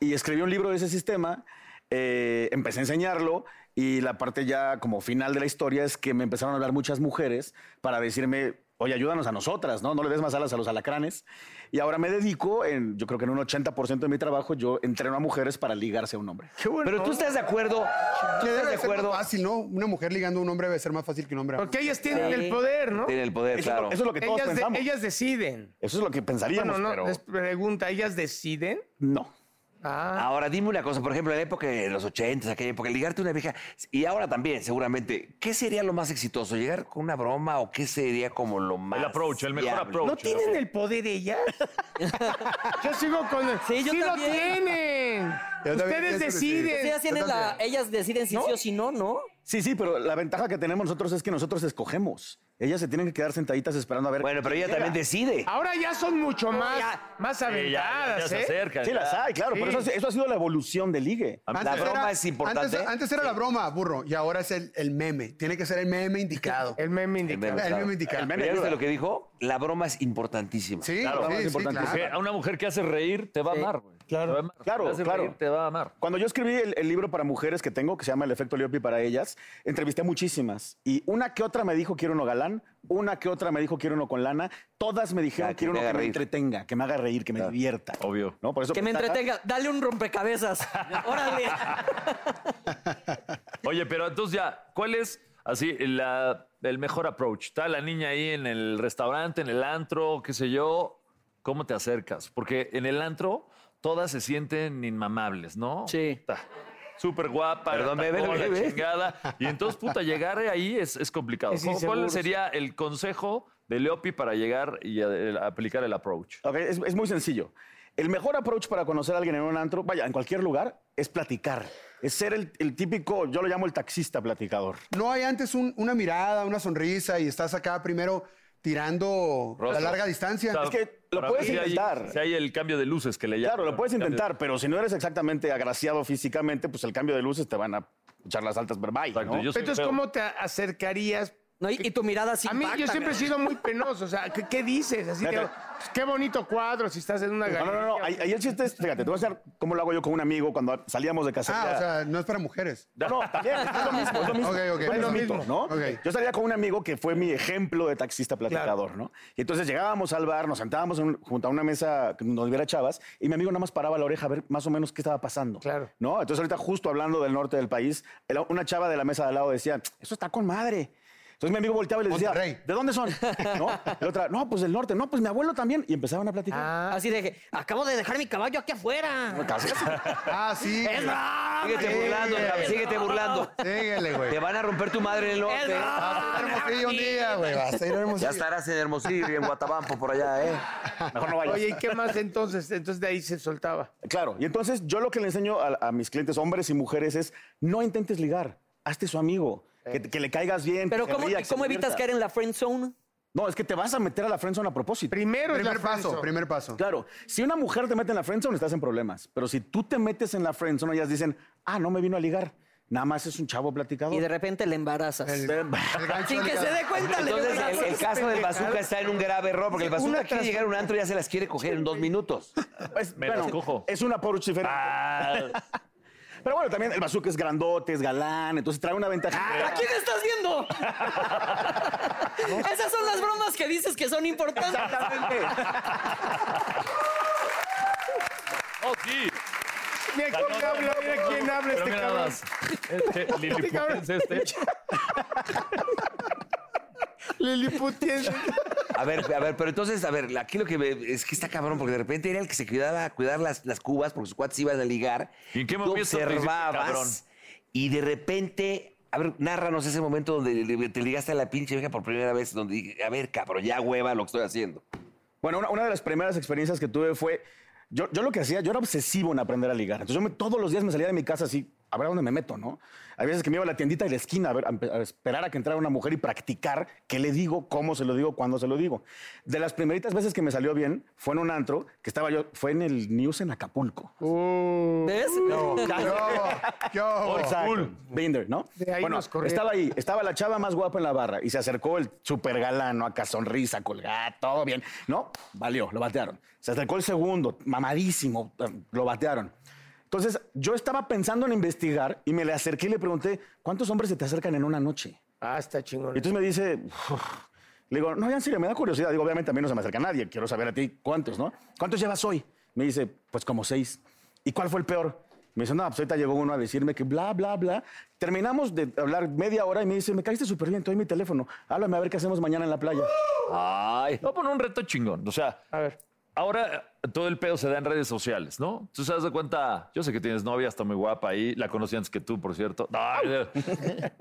F: Y escribí un libro de ese sistema, eh, empecé a enseñarlo y la parte ya como final de la historia es que me empezaron a hablar muchas mujeres para decirme, oye, ayúdanos a nosotras, ¿no? No le des más alas a los alacranes. Y ahora me dedico, en, yo creo que en un 80% de mi trabajo, yo entreno a mujeres para ligarse a un hombre.
C: Qué bueno.
A: Pero tú estás de acuerdo. ¿Tú
E: Que
A: estás
E: debe
A: de
E: de ser
A: acuerdo?
E: más fácil, ¿no? Una mujer ligando a un hombre debe ser más fácil que un hombre. a
C: Porque ellas tienen
B: Sí.
C: el poder, ¿no?
A: Tiene el poder,
F: Eso,
A: claro.
F: es lo que todos
C: ellas, de-
F: pensamos.
C: ellas deciden.
F: Eso es lo que pensaríamos,
C: Bueno, no,
F: pero
C: les pregunta, ¿ellas deciden?
F: no.
C: Ah,
A: Ahora, dime una cosa, por ejemplo, en la época de los 80, aquella época, ligarte a una vieja, y ahora también, seguramente, ¿qué sería lo más exitoso? ¿Llegar con una broma o qué sería como lo más.
D: approach, el mejor
A: viable?
D: approach.
C: ¿no tienen el poder ellas? yo sigo con el...
B: Sí, yo
C: lo
B: también.
C: tienen.
E: Yo también
C: Ustedes
E: pienso que sí.
C: deciden.
B: Ustedes tienen la- ellas deciden si sí o si no, ¿no?
F: Sí, sí, pero la ventaja que tenemos nosotros es que nosotros escogemos. Ellas se tienen que quedar sentaditas esperando a ver.
A: Bueno, pero ella también decide.
C: Ahora ya son mucho más,
B: ya.
C: más
D: Sí, ya- ya- ya
C: aventadas,
D: se
C: ¿eh?
D: acerca.
F: Sí, las hay, claro, pero
C: Sí.
F: eso, ha- eso ha sido la evolución del ligue.
E: mí.
A: La
E: Antes
A: broma
E: era-
A: es importante.
E: Antes, antes era la broma, burro, y ahora es el, el meme. Tiene que ser el meme indicado.
C: El meme indica.
A: meme,
E: El
A: claro.
E: meme indicado.
F: El meme.
A: Pero ¿Ya viste
F: ayuda.
A: lo que dijo? La broma es importantísima.
E: Sí,
F: Claro,
E: sí,
F: es
E: sí,
F: importante.
E: claro.
D: Que A una mujer que hace reír te va a amar, güey. Claro. Te va a amar.
F: Claro,
D: Te hace
F: claro.
D: reír, te va a amar.
F: Cuando yo escribí el, el libro para mujeres que tengo, que se llama El efecto Leopi para ellas, entrevisté muchísimas. Y una que otra me dijo quiero uno galán, una que otra me dijo quiero uno con lana, todas me dijeron
A: Ah, que
F: quiero
A: te
F: uno que
A: haga
F: me
A: reír".
F: entretenga, que me haga reír, que me divierta.
D: Obvio.
F: ¿No? Por eso
B: Que me
F: pues, está-
B: entretenga. Dale un rompecabezas. Órale.
D: Oye, pero entonces ya, ¿cuál es así la- el mejor approach? Está la niña ahí en el restaurante, en el antro, qué sé yo. ¿Cómo te acercas? Porque en el antro todas se sienten inmamables, ¿no?
B: Sí.
D: Puta, Súper guapa,
A: Perdón, bebé,
D: tacón, la
A: bebé.
D: chingada. Y entonces, puta, llegar ahí es, es complicado.
C: Es
D: ¿Cómo- ¿Cuál
C: inseguro,
D: sería el consejo de Leopi para llegar y a- a aplicar el approach?
F: Ok, es, es muy sencillo. El mejor approach para conocer a alguien en un antro, vaya, en cualquier lugar, es platicar. Es ser el, el típico, yo lo llamo el taxista platicador.
E: No hay antes un- una mirada, una sonrisa, y estás acá primero tirando
D: Rostro.
E: a larga distancia.
D: O sea,
F: Es que lo
D: para
F: puedes
D: mí sí hay-
F: intentar.
D: sí hay el cambio de luces que le llaman.
F: Claro, lo puedes
D: El cambio de-
F: intentar, pero si no eres exactamente agraciado físicamente, pues el cambio de luces te van a echar las altas verbay,
D: Exacto,
F: ¿no?
D: yo soy
C: Entonces,
D: feo.
C: ¿cómo te acercarías?
B: No, y, y tu mirada así.
C: a mí, yo
B: impacta,
C: siempre he
B: ¿no?
C: sido muy penoso. O sea, ¿qué, qué dices? Así
F: Ya
C: te-
F: te-
C: pues, qué bonito cuadro si estás en una
F: No, no,
C: galería.
F: no, no, Ahí, ahí el chiste es, fíjate, te voy a enseñar cómo lo hago yo con un amigo cuando salíamos de casa.
E: Ah, o sea, no es para mujeres.
F: No, no, también, es lo mismo, es lo mismo.
E: Ok, ok.
F: Son
E: Es lo
F: mitos,
C: mismo.
F: ¿no?
E: Ok.
F: Yo salía con un amigo que fue mi ejemplo de taxista platicador, ¿no? Y entonces llegábamos al bar, nos sentábamos en un- junto a una mesa que nos viera chavas y mi amigo nada más paraba la oreja a ver más o menos qué estaba pasando.
C: Claro.
F: ¿No? Entonces ahorita justo hablando del norte del país, el- una chava de la mesa de al lado decía, eso está con madre. Entonces mi amigo volteaba y les decía,
E: Monterrey.
F: ¿de dónde son? ¿No? Y la otra, no, pues del norte. No, pues mi abuelo también. Y empezaban a platicar.
B: Así de que, acabo de dejar mi caballo aquí afuera.
F: Casi, casi.
E: Ah, sí.
B: ¡Es broma!
A: Síguete burlando, Javi, síguete burlando.
E: Síguele, güey.
A: Te van a romper tu madre en el
B: ¡Es
E: Vas a
A: norte.
E: ir a
B: broma!
E: Hermosillo un día, güey. Vas a ir a
A: Ya
E: Hermosillo.
A: estarás en Hermosillo y en Guatabampo por allá, ¿eh?
F: Mejor no vayas.
C: Oye, ¿y qué más entonces? Entonces de ahí se soltaba.
F: Claro, y entonces yo lo que le enseño a, a mis clientes, hombres y mujeres, es no intentes ligar, hazte su amigo,
C: Eh.
F: que, que le caigas bien.
B: Pero
F: que
B: ¿cómo,
F: ría,
B: y
F: que se
B: cómo evitas
F: divierta.
B: caer en la friend zone?
F: No, es que te vas a meter a la friendzone a propósito.
C: Primero es
E: Primer
C: la
E: paso,
C: friendzone.
E: primer paso.
F: Claro, si una mujer te mete en la friendzone, estás en problemas. Pero si tú te metes en la friendzone, ellas dicen, ah, no me vino a ligar, nada más es un chavo platicador.
B: Y de repente le embarazas.
E: El gancho
B: Sin que
E: delicado.
B: se dé cuenta. le
A: Entonces,
B: embarazas.
A: el, el caso del bazooka está en un grave error, porque el bazooka quiere llegar a un antro y ya se las quiere coger en dos minutos.
F: Pues,
D: Me las cojo.
F: Es una approach diferente. Pero bueno, también el bazooka es grandote, es galán, entonces trae una ventaja.
B: ¿A quién estás viendo? Esas son las bromas que dices que son importantes.
D: ¡Oh, sí!
C: Mira cómo habla, mira quién habla
D: Pero
C: este
D: mira nada
C: cabrón.
D: más. Este liliputense este.
C: Liliputiense.
A: A ver, a ver, pero entonces, a ver, aquí lo que me- es que está cabrón, porque de repente era el que se cuidaba a cuidar las, las cubas, porque sus cuates iban a ligar.
D: ¿Y en qué
A: Tú
D: momento te hiciste cabrón?
A: observabas y de repente, a ver, narranos ese momento donde le- te ligaste a la pinche vieja por primera vez, donde dije, a ver, cabrón, ya hueva lo que estoy haciendo.
F: Bueno, una, una de las primeras experiencias que tuve fue, yo, yo lo que hacía, yo era obsesivo en aprender a ligar. Entonces yo me- todos los días me salía de mi casa así, a ver a dónde me meto, ¿no? Hay veces que me iba a la tiendita de la esquina a, ver, a empe- a esperar a que entrara una mujer y practicar qué le digo, cómo se lo digo, cuándo se lo digo. De las primeritas veces que me salió bien fue en un antro que estaba yo, fue en el News en Acapulco.
B: ¿Ves?
E: Yo,
F: Oh,
E: yo.
F: exacto. Binder, ¿no?
C: De ahí
F: bueno,
C: nos corrieron.
F: estaba ahí, estaba la chava más guapa en la barra y se acercó el super galano, acá sonrisa, colgada, todo bien. No, valió, lo batearon. Se acercó el segundo, mamadísimo, eh, lo batearon. Entonces, yo estaba pensando en investigar y me le acerqué y le pregunté, ¿cuántos hombres se te acercan en una noche?
C: Ah, está chingón.
F: Y entonces me dice, "Uf". le digo, no, ya en serio, me da curiosidad. Digo, obviamente a mí no se me acerca nadie, quiero saber a ti cuántos, ¿no? ¿Cuántos llevas hoy? Me dice, pues como seis. ¿Y cuál fue el peor? Me dice, no, pues ahorita llegó uno a decirme que bla, bla, bla. Terminamos de hablar media hora y me dice, me caíste súper bien, te doy mi teléfono. Háblame a ver qué hacemos mañana en la playa.
D: Ay. No, poner un reto chingón. O sea,
C: A ver.
D: ahora eh, todo el pedo se da en redes sociales, ¿no? Tú sabes de cuenta, yo sé que tienes novia, está muy guapa ahí. La conocí antes que tú, por cierto. Ay, eh.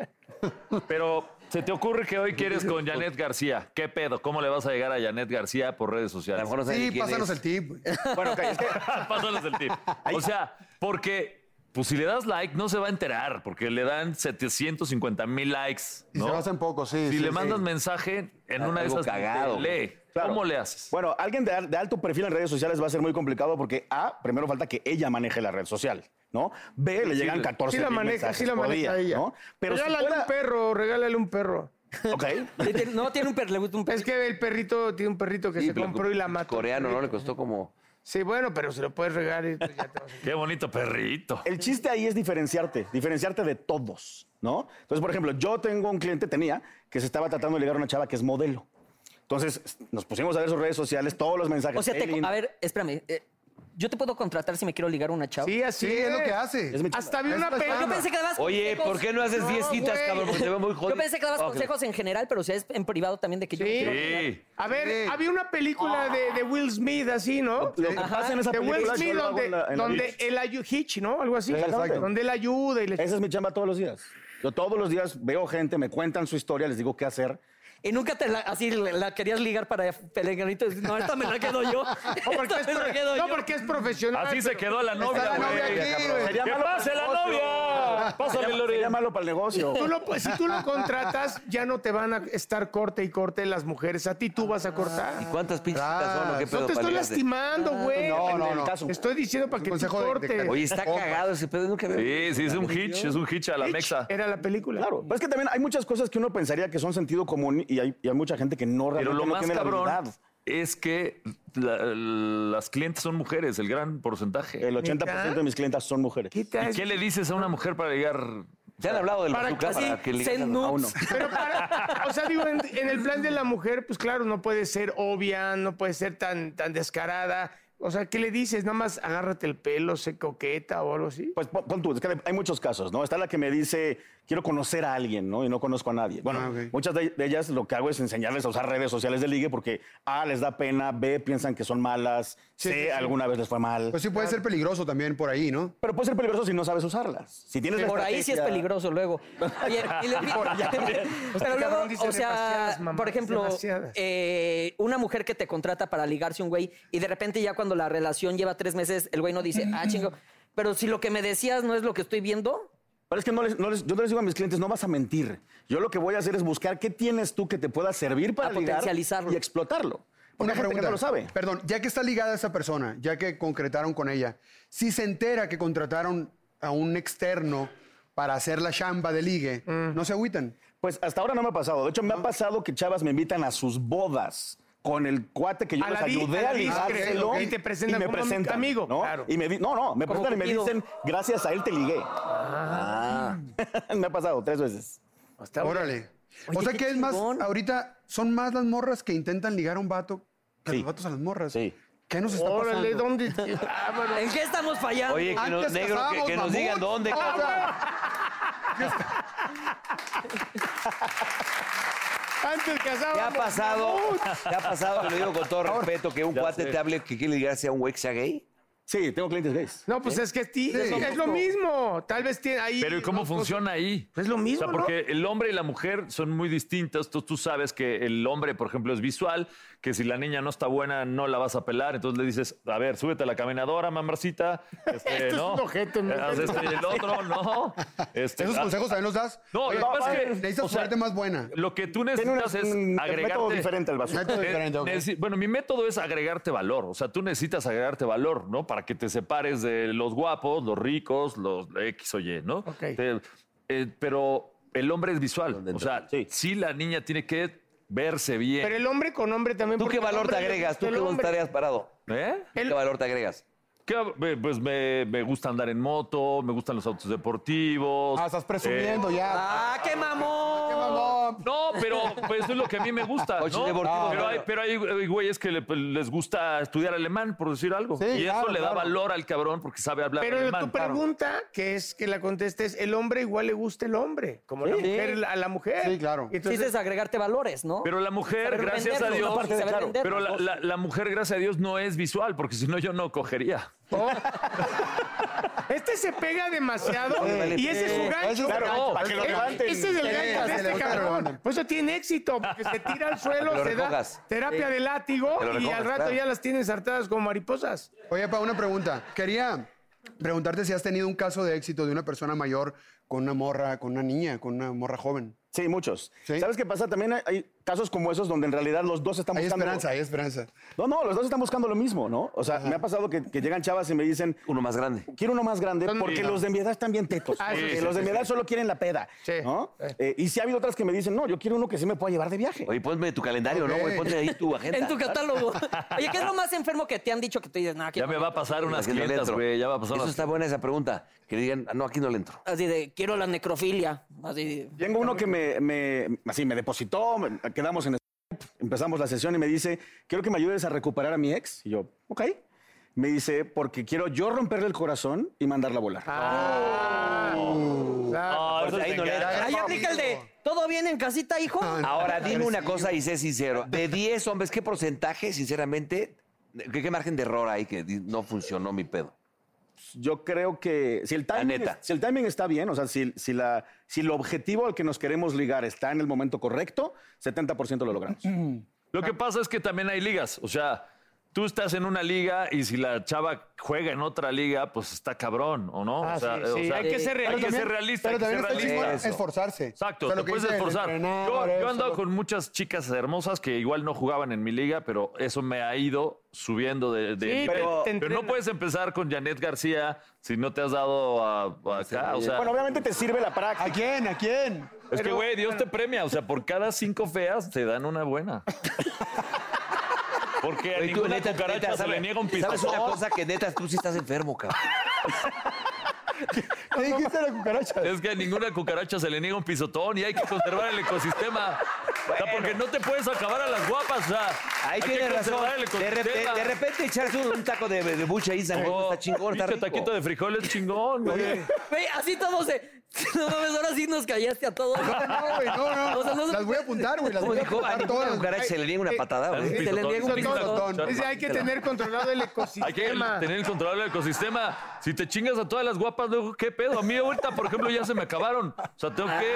D: Pero se te ocurre que hoy quieres con Janet García. ¿Qué pedo? ¿Cómo le vas a llegar a Janet García por redes
A: A lo
D: sociales?
A: mejor no saben
E: Sí,
A: quién
E: pásanos
A: es.
E: el tip. güey.
F: Bueno, ok, es que
D: Pásanos el tip. O sea, porque pues si le das like no se va a enterar, porque le dan 750 mil likes.
E: Y se
D: ¿no?
E: lo hacen poco, sí.
D: Si
E: sí,
D: le
E: sí.
D: mandas mensaje en
A: Ah,
D: una de
A: algo
D: esas te
A: cagado,
D: lee.
F: Claro.
D: ¿Cómo le haces?
F: Bueno, alguien de, al- de alto perfil en redes sociales va a ser muy complicado porque A, primero falta que ella maneje la red social, ¿no? B, le llegan 14
C: Sí la
F: mil
C: maneja,
F: mensajes
C: sí la
F: por
C: maneja
F: día,
C: ella.
F: ¿no? Pero si
C: regálale
F: fuera-
C: un perro, regálale un perro.
F: Ok.
B: Le tiene- No, tiene un perro, le gusta un perro.
C: Es que el perrito tiene un perrito que
A: Sí,
C: se
A: pero
C: compró y la mató.
A: Coreano, ¿no? Le costó como.
C: Sí, bueno, pero se lo puedes regar y pues, ya te vas a-
D: Qué bonito perrito.
F: El chiste ahí es diferenciarte, diferenciarte de todos, ¿no? Entonces, por ejemplo, yo tengo un cliente, tenía, que se estaba tratando de ligar a una chava que es modelo. Entonces, nos pusimos a ver sus redes sociales, todos los mensajes.
B: O sea, te-
F: Elin,
B: a ver, espérame. eh, yo te puedo contratar si me quiero ligar a una chava.
C: Sí, así
E: Sí, es lo que hace.
F: es mi chamba.
C: Hasta vi una
E: Es
C: película.
B: Yo pensé que dabas
A: Oye,
B: consejos-
A: ¿por qué no haces 10
C: No,
A: citas,
C: güey.
A: cabrón? Porque te veo muy jodido.
B: Yo pensé que dabas
A: Ah, ok.
B: consejos en general, pero o sea, es en privado también de que yo me
C: Sí.
B: quiero ligar.
D: Sí.
C: A ver,
E: Sí.
C: había una película de, de Will Smith así, ¿no?
F: Lo que pasa en esa
C: De Will
F: película, yo
C: Smith,
F: lo hago
C: donde,
F: en la- en la
C: donde
F: beach.
C: él ayuda, Hitch, ¿no? Algo así.
E: Sí, exacto.
C: donde él ayuda y le...
F: Esa es mi chamba todos los días. Yo todos los días veo gente, me cuentan su historia, les digo qué hacer.
B: Y nunca te la, así la, la querías ligar para Pelegrinito. No, esta me la quedo yo.
C: No, porque
B: Esta
C: es,
B: me la
C: pro-
B: quedo
C: no,
B: yo.
C: porque es profesional.
D: Así se
C: pero-
D: quedó la novia,
E: Está la novia
D: güey.
E: aquí, güey.
F: Sería
D: ¡Que
F: malo para
D: pase
F: el
D: la
F: negocio.
D: novia! Pásame, Lore.
F: Sería malo para el negocio.
C: Tú lo- pues, si tú lo contratas, ya no te van a estar corte y corte las mujeres. A ti tú vas a cortar.
A: ¿Y cuántas pinches citas son? ¿O qué pedo
C: No te
A: para
C: estoy
A: ligarte?
C: lastimando, güey.
F: No, no,
E: el
F: no.
E: caso.
C: Te Estoy diciendo para que tú
E: consejo de- de
C: cortes.
E: Carlos.
A: Oye, está cagado ese pedo. Nunca veo.
D: Sí, sí, es un hitch, es un hitch a la mexa.
C: Era la película.
F: Claro, pero es que también hay muchas cosas que uno pensaría que son sentido común y hay, y hay mucha gente que no realmente
D: Pero lo
F: no
D: más
F: tiene
D: cabrón
F: la habilidad.
D: es que la- las clientes son mujeres, el gran porcentaje.
F: El 80% de mis clientes son mujeres.
C: ¿Qué
D: ¿Y
C: tal?
D: qué le dices a una mujer para llegar?
A: ¿Te han hablado del
C: Para-
A: bazooka
B: así,
A: para que ligas a-
B: send
A: a
B: nudes.
A: uno?
C: Pero para, o sea, digo, en, en el plan de la mujer, pues claro, no puede ser obvia, no puede ser tan, tan descarada. O sea, ¿qué le dices? Nada más agárrate el pelo, se coqueta o algo así.
F: Pues pon pon tú, es que hay muchos casos, ¿no? Está la que me dice quiero conocer a alguien, ¿no? Y no conozco a nadie. Bueno,
E: Ah, ok.
F: muchas de, de ellas lo que hago es enseñarles a usar redes sociales de ligue porque A, les da pena, B, piensan que son malas,
E: Sí,
F: C,
E: sí, sí.
F: alguna vez les fue mal. Ah,
E: Pues sí puede ser peligroso también por ahí, ¿no?
F: pero puede ser peligroso si no sabes usarlas. Si tienes la
B: Por ahí sí es
F: estrategia-
B: peligroso luego. Oye, y le- pero luego,
C: Este cabrón dice
B: o sea,
C: demasiadas mamadas,
B: por ejemplo,
C: demasiadas.
B: eh, una mujer que te contrata para ligarse a un güey y de repente ya cuando la relación lleva tres meses, el güey no dice, ah, chingo, pero si lo que me decías no es lo que estoy viendo,
F: Pero es que no les, no les- yo no les digo a mis clientes, no vas a mentir. Yo lo que voy a hacer es buscar qué tienes tú que te pueda servir para
B: A
F: ligar
B: potencializarlo.
F: y explotarlo. Porque
E: Una
F: hay gente que
E: pregunta.
F: no lo sabe.
E: Perdón, ya que está ligada a esa persona, ya que concretaron con ella, si se entera que contrataron a un externo para hacer la chamba de ligue,
B: Mm.
E: no se agüitan. Ah,
F: Pues hasta ahora no me ha pasado. De hecho, me ha pasado que chavas me invitan a sus bodas con el cuate que yo
C: A
F: les
C: la di-
F: ayudé
C: a la
F: a,
C: discre,
F: ligárselo
C: ok. Y te presentan como un amigo,
F: ¿no?
C: claro.
F: Y me di- no, no, me
B: Como
F: presentan y me
B: Cupido.
F: dicen, gracias a él te ligué.
C: Ah.
F: me ha pasado tres veces.
A: Hasta
E: Órale. o
B: Oye,
E: sea
B: qué
E: que es más,
B: chingón.
E: ahorita son más las morras que intentan ligar a un vato que
F: Sí.
E: los vatos a las morras.
F: Sí.
E: ¿Qué nos está
C: Órale,
E: pasando?
C: ¿dónde? Ah, bueno.
B: ¿en qué estamos fallando?
D: Oye, que nos,
E: Antes
D: negro, que,
E: cazábamos
D: que nos digan
E: mamut.
D: dónde. cabrón.
C: Antes
A: ¿Te ha
C: casábamos.
A: pasado? ¿Te ha pasado? Te lo digo con todo respeto, que un cuate te hable que quiere ligarse a un güey que sea gay. ¿Eh?
F: Sí, tengo clientes gays.
C: No, pues es que es, ti-
E: Sí.
C: es- es lo mismo. Tal vez tiene ahí. pues,
D: Pero ¿y cómo
C: dos
D: funciona ahí?
C: cosas. Es lo
D: O
C: mismo.
D: sea, porque el hombre y la mujer son muy distintos. Tú, tú sabes que el hombre, por ejemplo, es visual, que si la niña no está buena, no la vas a pelar. Entonces le dices, a ver, súbete a la caminadora, mamarcita. Este,
C: Este es
D: ¿no? Ah,
C: un ojete, ¿no?
D: Haz esto y Este, el otro, no. Este,
E: ¿Esos
D: ah,
E: consejos también los das?
D: No,
E: Oye,
D: lo que pasa es que,
E: necesitas
D: o sea,
E: ponerte más buena.
D: Lo que tú
F: Tiene un,
D: necesitas es
F: un método
D: agregarte...
F: diferente al basura.
E: Método
D: Ne-
E: diferente, ok.
D: necesi- Bueno, mi método es agregarte valor. O sea, tú necesitas agregarte valor, ¿no? Para que te separes de los guapos, los ricos, los X o Y, ¿no? Te- eh, pero el hombre es visual. O sea, sí.
F: Sí.
D: la niña tiene que verse bien.
C: Pero el hombre con hombre también.
A: ¿Tú
C: porque
A: qué
C: al
A: valor te
C: hombre le
A: agregas?
C: gusta
A: ¿Tú
C: el
A: qué valor
C: hombre.
A: te agregas parado?
D: ¿Eh?
C: El-
A: ¿Qué valor te agregas?
D: ¿Qué- me- pues me, me gusta andar en moto, me gustan los autos deportivos.
E: Ah, estás
D: Eh.
E: presumiendo ya.
B: ¡Ah, qué mamón!
E: Qué mamón.
D: No, pero pues, eso es lo que a mí me gusta.
A: Coches
D: ¿no?
A: deportivos,
D: pero,
A: no.
D: hay, pero hay, eh, güeyes que le- les gusta estudiar alemán, por decir algo.
E: Sí,
D: y eso
E: claro,
D: le da
E: claro.
D: valor al cabrón porque sabe hablar
C: Pero
D: alemán.
C: tu pregunta, que es que la contestes, el hombre igual le gusta el hombre, como la mujer a la mujer.
E: Sí, claro.
C: Y
B: Sí,
C: entonces,
B: es agregarte valores, ¿no?
D: Pero la mujer,
B: Saber
D: gracias a
B: venderlos,
D: Dios,
B: ¿no? Aparte de- Saber
D: claro, pero
B: venderlos,
D: la,
B: ¿no?
D: la- la mujer, gracias a Dios, no es visual, porque si no yo no cogería.
C: oh. este se pega demasiado y ese es su gancho.
E: Claro,
C: cabrón.
F: para que lo
C: Eh,
F: levanten.
C: Ese es
E: Sí,
C: el gancho de
E: se
C: este
E: le va a
C: cabrón.
E: levantar.
C: Por eso tiene éxito, porque se tira al
A: Para
C: suelo,
A: que lo
C: se da
A: recojas.
C: terapia de látigo
A: Que lo
C: y
A: recojas,
C: al rato
A: claro.
C: ya las tienes hartadas como mariposas.
E: Oye, para una pregunta. Quería preguntarte si has tenido un caso de éxito de una persona mayor con una morra, con una niña, con una morra joven.
F: Sí, muchos.
E: Sí.
F: ¿Sabes qué pasa? También hay, hay casos como esos donde en realidad los dos están
E: Hay
F: buscando...
E: esperanza, hay esperanza.
F: No, no, los dos están buscando lo mismo, ¿no? O sea, me ha pasado que, que llegan chavas y me dicen,
A: Uno más grande.
F: quiero uno más grande
C: Son-
F: porque
C: Sí.
F: los de mi edad están bien tetos.
C: Ah, sí,
F: porque
C: sí,
F: los de
C: sí,
F: mi edad solo quieren la peda,
C: Sí.
F: ¿no?
C: Sí.
F: Eh, y sí ha habido otras que me dicen, no, yo quiero uno que sí me pueda llevar de viaje.
A: Oye, ponme tu calendario, ¿no, güey?
E: Ok.
A: Ponte ahí tu agenda.
B: En tu catálogo. Oye, ¿qué es lo más enfermo que te han dicho que te dices? No, aquí
D: Ya
B: no
D: me va a pasar unas
A: Aquí no le
D: clientas,
A: entro.
D: güey. Ya va a pasar
A: Eso
D: unas
A: está buena esa pregunta. Que digan, "Ah, no, aquí no le entro.
B: Así de, quiero la necrofilia. Así de,
F: Tengo uno que me, me- así, me depositó, me- quedamos en Skype, empezamos la sesión y me dice, quiero que me ayudes a recuperar a mi ex. Y yo, ok. Me dice, porque quiero yo romperle el corazón y mandarla a volar.
C: Oh.
E: Oh.
D: Ah, eso
A: Porque
D: es
A: ahí no le
D: venganza.
A: entro.
B: Ahí aplica el de, ¿todo bien en casita, hijo?
E: Ah,
A: Ahora, dime una cosa y sé sincero. De 10 hombres, ¿qué porcentaje, sinceramente, qué, qué margen de error hay que di- no funcionó mi pedo?
F: Yo creo que si el timing,
A: neta.
F: es- si el timing está bien, o sea, si, si, la, si el objetivo al que nos queremos ligar está en el momento correcto, 70% lo logramos.
D: Lo que pasa es que también hay ligas. O sea, tú estás en una liga y si la chava juega en otra liga, pues está cabrón, ¿o no?
E: Ah,
D: o sea,
C: sí, sí,
D: o sea,
C: hay que ser
D: Ah, hay que
C: realista.
D: ser realista. hay
E: Pero
D: que
E: también
D: ser
E: está
D: realista.
E: chingón
A: Eso.
E: esforzarse.
D: Exacto,
E: O sea, lo
D: te
E: que
D: puedes
E: dice el
D: esforzar. Yo,
E: entrenador,
D: yo
E: eso,
D: he andado
E: lo-
D: con muchas chicas hermosas que igual no jugaban en mi liga, pero eso me ha ido subiendo de... de
C: Sí,
D: nivel.
C: pero-
D: Pero no
C: te entrena.
D: puedes empezar con Janet García si no te has dado a, a acá. O sea,
F: Bueno, obviamente te sirve la
E: ¿A
F: práctica.
E: quién? ¿A quién?
D: es que, güey, Dios te premia. O sea, por cada cinco feas te dan una buena. Porque a
A: Oye,
D: ninguna cucaracha
A: neta,
D: se
A: ¿sabes?
D: le niega un
A: ¿Sabes
D: pistazo.
A: una cosa? Que neta, tú sí estás enfermo, cabrón.
E: ¿Qué dijiste la cucaracha?
D: Es que a ninguna cucaracha se le niega un pisotón y hay que conservar el ecosistema. Está porque no te puedes acabar a las guapas. o sea,
G: Ahí
D: hay que
G: tiene razón.
D: conservar el
G: De,
D: ecosistema.
G: repe- de repente echarse un, un taco de, de bucha ahí, San Juan,
D: Oh,
G: está chingón, está
D: pinche
G: rico.
D: taquito de frijoles chingón. Oye,
B: Güey, así todos se. No mames, ahora sí nos callaste a todos.
E: No, güey, no, no.
B: O sea, no se
E: las voy a apuntar, güey. Las
G: ¿Cómo
E: voy a
G: dijo? A
E: apuntar
G: ninguna
E: todas.
G: cucaracha se le niega una
E: eh,
G: patada,
D: dale un
G: güey.
B: Se le
D: pisotón,
B: niega un
D: sí,
E: pisotón.
D: pisotón.
C: Dice, hay que tener controlado el
D: Hay que
C: ecosistema.
D: tener el control del ecosistema. Si te chingas a todas las guapas, luego, ¿qué pedo? A mí ahorita, por ejemplo, ya se me acabaron. O sea, tengo que...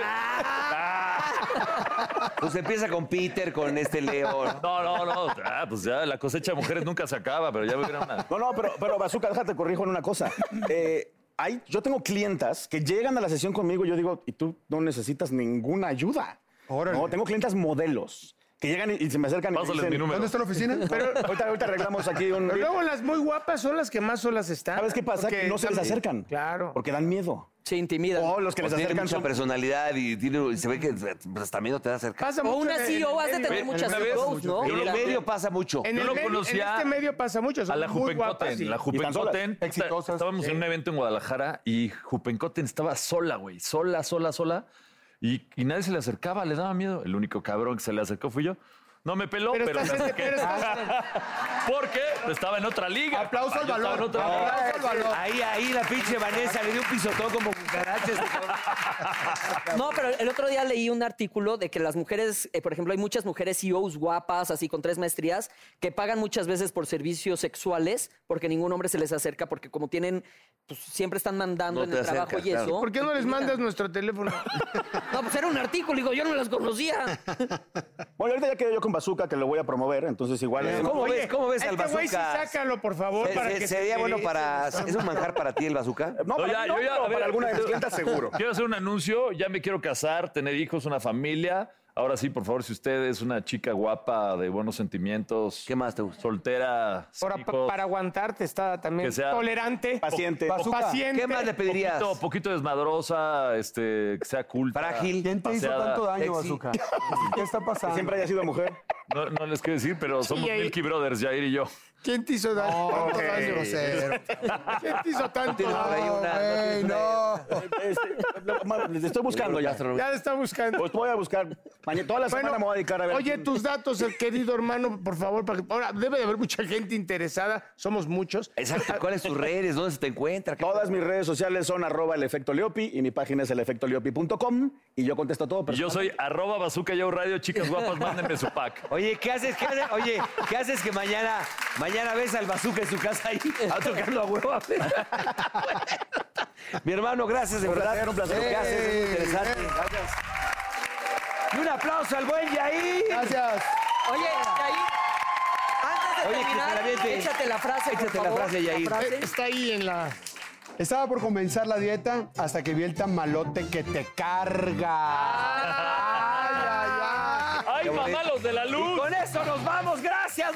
G: Pues empieza con Peter, con este Leo.
D: No, no, no. Ah, pues ya la cosecha de mujeres nunca se acaba, pero ya me viene una...
F: No, no, pero, pero Bazooka, déjate corrijo en una cosa. Eh, hay, yo tengo clientas que llegan a la sesión conmigo y yo digo, y tú no necesitas ninguna ayuda.
E: Órale.
F: No, tengo clientes modelos que llegan y, y se me acercan y me
D: Pásales mi
F: dicen...
D: número.
E: ¿Dónde está la oficina?
F: Pero ahorita, ahorita arreglamos aquí un...
C: Pero luego las muy guapas son las que más solas están.
F: ¿Sabes qué pasa?
C: Porque
F: que no se les
C: están-
F: acercan.
C: Claro.
F: Porque dan miedo.
B: Se intimidan.
F: O los que
G: O
A: Pues
F: les
G: tiene
F: acercan
G: mucha
F: son...
G: personalidad y, tiene- y se ve que pues, también no te da cerca.
C: Pasa
B: o
C: mucho
B: una
C: en-
B: CEO
C: en
B: has
C: el
B: de tener
C: medio.
B: muchas
D: Una vez,
B: CEOs, ¿no?
G: En el
B: Mira.
G: medio pasa mucho.
C: En,
D: Yo
C: el
D: lo
C: medio- en
D: conocía
C: este medio pasa mucho. Son
D: A la
C: muy guapas.
D: Jupencoten,
C: sí.
D: la Jupencoten.
F: solas,
D: Está-
E: exitosas.
D: Estábamos en un evento en Guadalajara y Jupencoten estaba sola, güey. Sola, sola, sola. Y, y nadie se le acercaba, le daba miedo. El único cabrón que se le acercó fui yo. No me peló,
C: Pero
D: pero,
C: estás
D: me
C: en-
D: acerqué.
C: pero estás-
D: Porque estaba en otra liga.
E: Aplauso al
D: Yo estaba
E: valor.
D: en otra liga.
E: Aplauso al valor.
G: Ahí, ahí, la pinche Vanessa le dio un pisotón como cucarachas.
B: No, pero el otro día leí un artículo de que las mujeres, eh, por ejemplo, hay muchas mujeres CEOs guapas, así con tres maestrías, que pagan muchas veces por servicios sexuales porque ningún hombre se les acerca, porque como tienen, pues siempre están mandando
G: No
B: en
G: te
B: el trabajo
G: acercas,
B: y
G: claro.
B: eso.
C: ¿Por qué no les mandas nuestro teléfono?
B: No, pues era un artículo, digo, yo no las conocía.
F: Bueno, ahorita ya quedé yo con Bazooka, que lo voy a promover, entonces igual...
G: ¿Cómo ves? ¿Cómo ves al
C: Este güey sí
G: bazooka?
C: sácalo, por favor,
G: Se-
C: para
G: se-
C: que se
G: sería bueno
C: entere.
G: para. ¿Es un manjar para ti el bazooka?
D: No,
F: No, para
D: ya,
F: mí no,
D: yo ya,
F: pero
D: a ver,
F: para alguna de mis
D: esto-
F: clientas seguro.
D: Quiero hacer un anuncio, ya me quiero casar, tener hijos, una familia. Ahora sí, por favor, si usted es una chica guapa, de buenos sentimientos,
G: ¿Qué más te gusta?
D: soltera,
C: Ahora, pa-
D: hijos,
C: para aguantarte está también
D: Que sea-
C: tolerante,
F: Paciente.
C: paciente.
G: ¿Qué más le pedirías?
D: poquito, poquito desmadrosa, este, que sea culta.
G: Frágil.
E: ¿Quién te hizo
D: Paseada.
E: tanto daño,
G: Sexy.
E: Bazooka? ¿Qué está pasando?
F: Siempre haya sido mujer.
D: No, no les quiero decir, pero somos
C: ahí-
D: Milky Brothers, Jair y yo.
C: ¿Quién te hizo daño?
E: Oh, No, no seas grosero.
C: ¿Quién te
F: Ah,
C: hizo tanto
G: Tienes por ahí
C: daño?
G: una-
E: Ey, no.
F: Este, lo- ma- le estoy buscando ya.
C: Ya le está buscando.
F: Pues voy a buscar. Mañana, toda la semana
C: Bueno,
F: me voy a dedicar a ver.
C: Oye, tus datos, el querido hermano, por favor, para que- ahora debe de haber mucha gente interesada, somos muchos.
G: Exacto. ¿Cuáles tus redes? ¿Dónde se te encuentra? ¿Qué-
F: Todas mis redes sociales son arroba el efecto Leopi y mi página es elefectoliopi.com y yo contesto todo.
D: Y yo soy arroba bazooka yo radio, chicas guapas, mándenme su pack.
G: Oye, ¿qué haces? ¿Qué haces? Oye, ¿qué haces que mañana, mañana ves al bazooka en su casa ahí a tocarlo a huevo? Mi hermano, gracias de verdad.
F: placer, un placer.
G: Lo que haces es muy
E: Ey,
G: interesante. Gracias. Y un aplauso al buen Yair.
E: Gracias.
B: Oye, ahí. Antes de
G: Oye, que
B: terminar,
G: se la aviente.
B: échate la frase, por
G: Échate la
B: favor,
G: frase, Yair.
C: Está ahí en la.
E: Estaba por comenzar la dieta hasta que vi el tamalote que te carga. Ay, ay, ay.
D: ¡Ay, mamá, los de la
G: Y
D: luz!
G: con eso nos vamos. Gracias.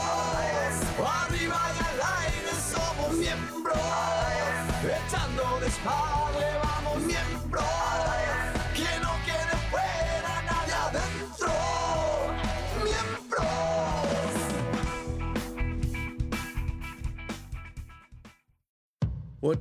H: Arriba y al aire somos miembros. Echando desmadre vamos miembros. Que no quede fuera nadie adentro. Miembros.
I: What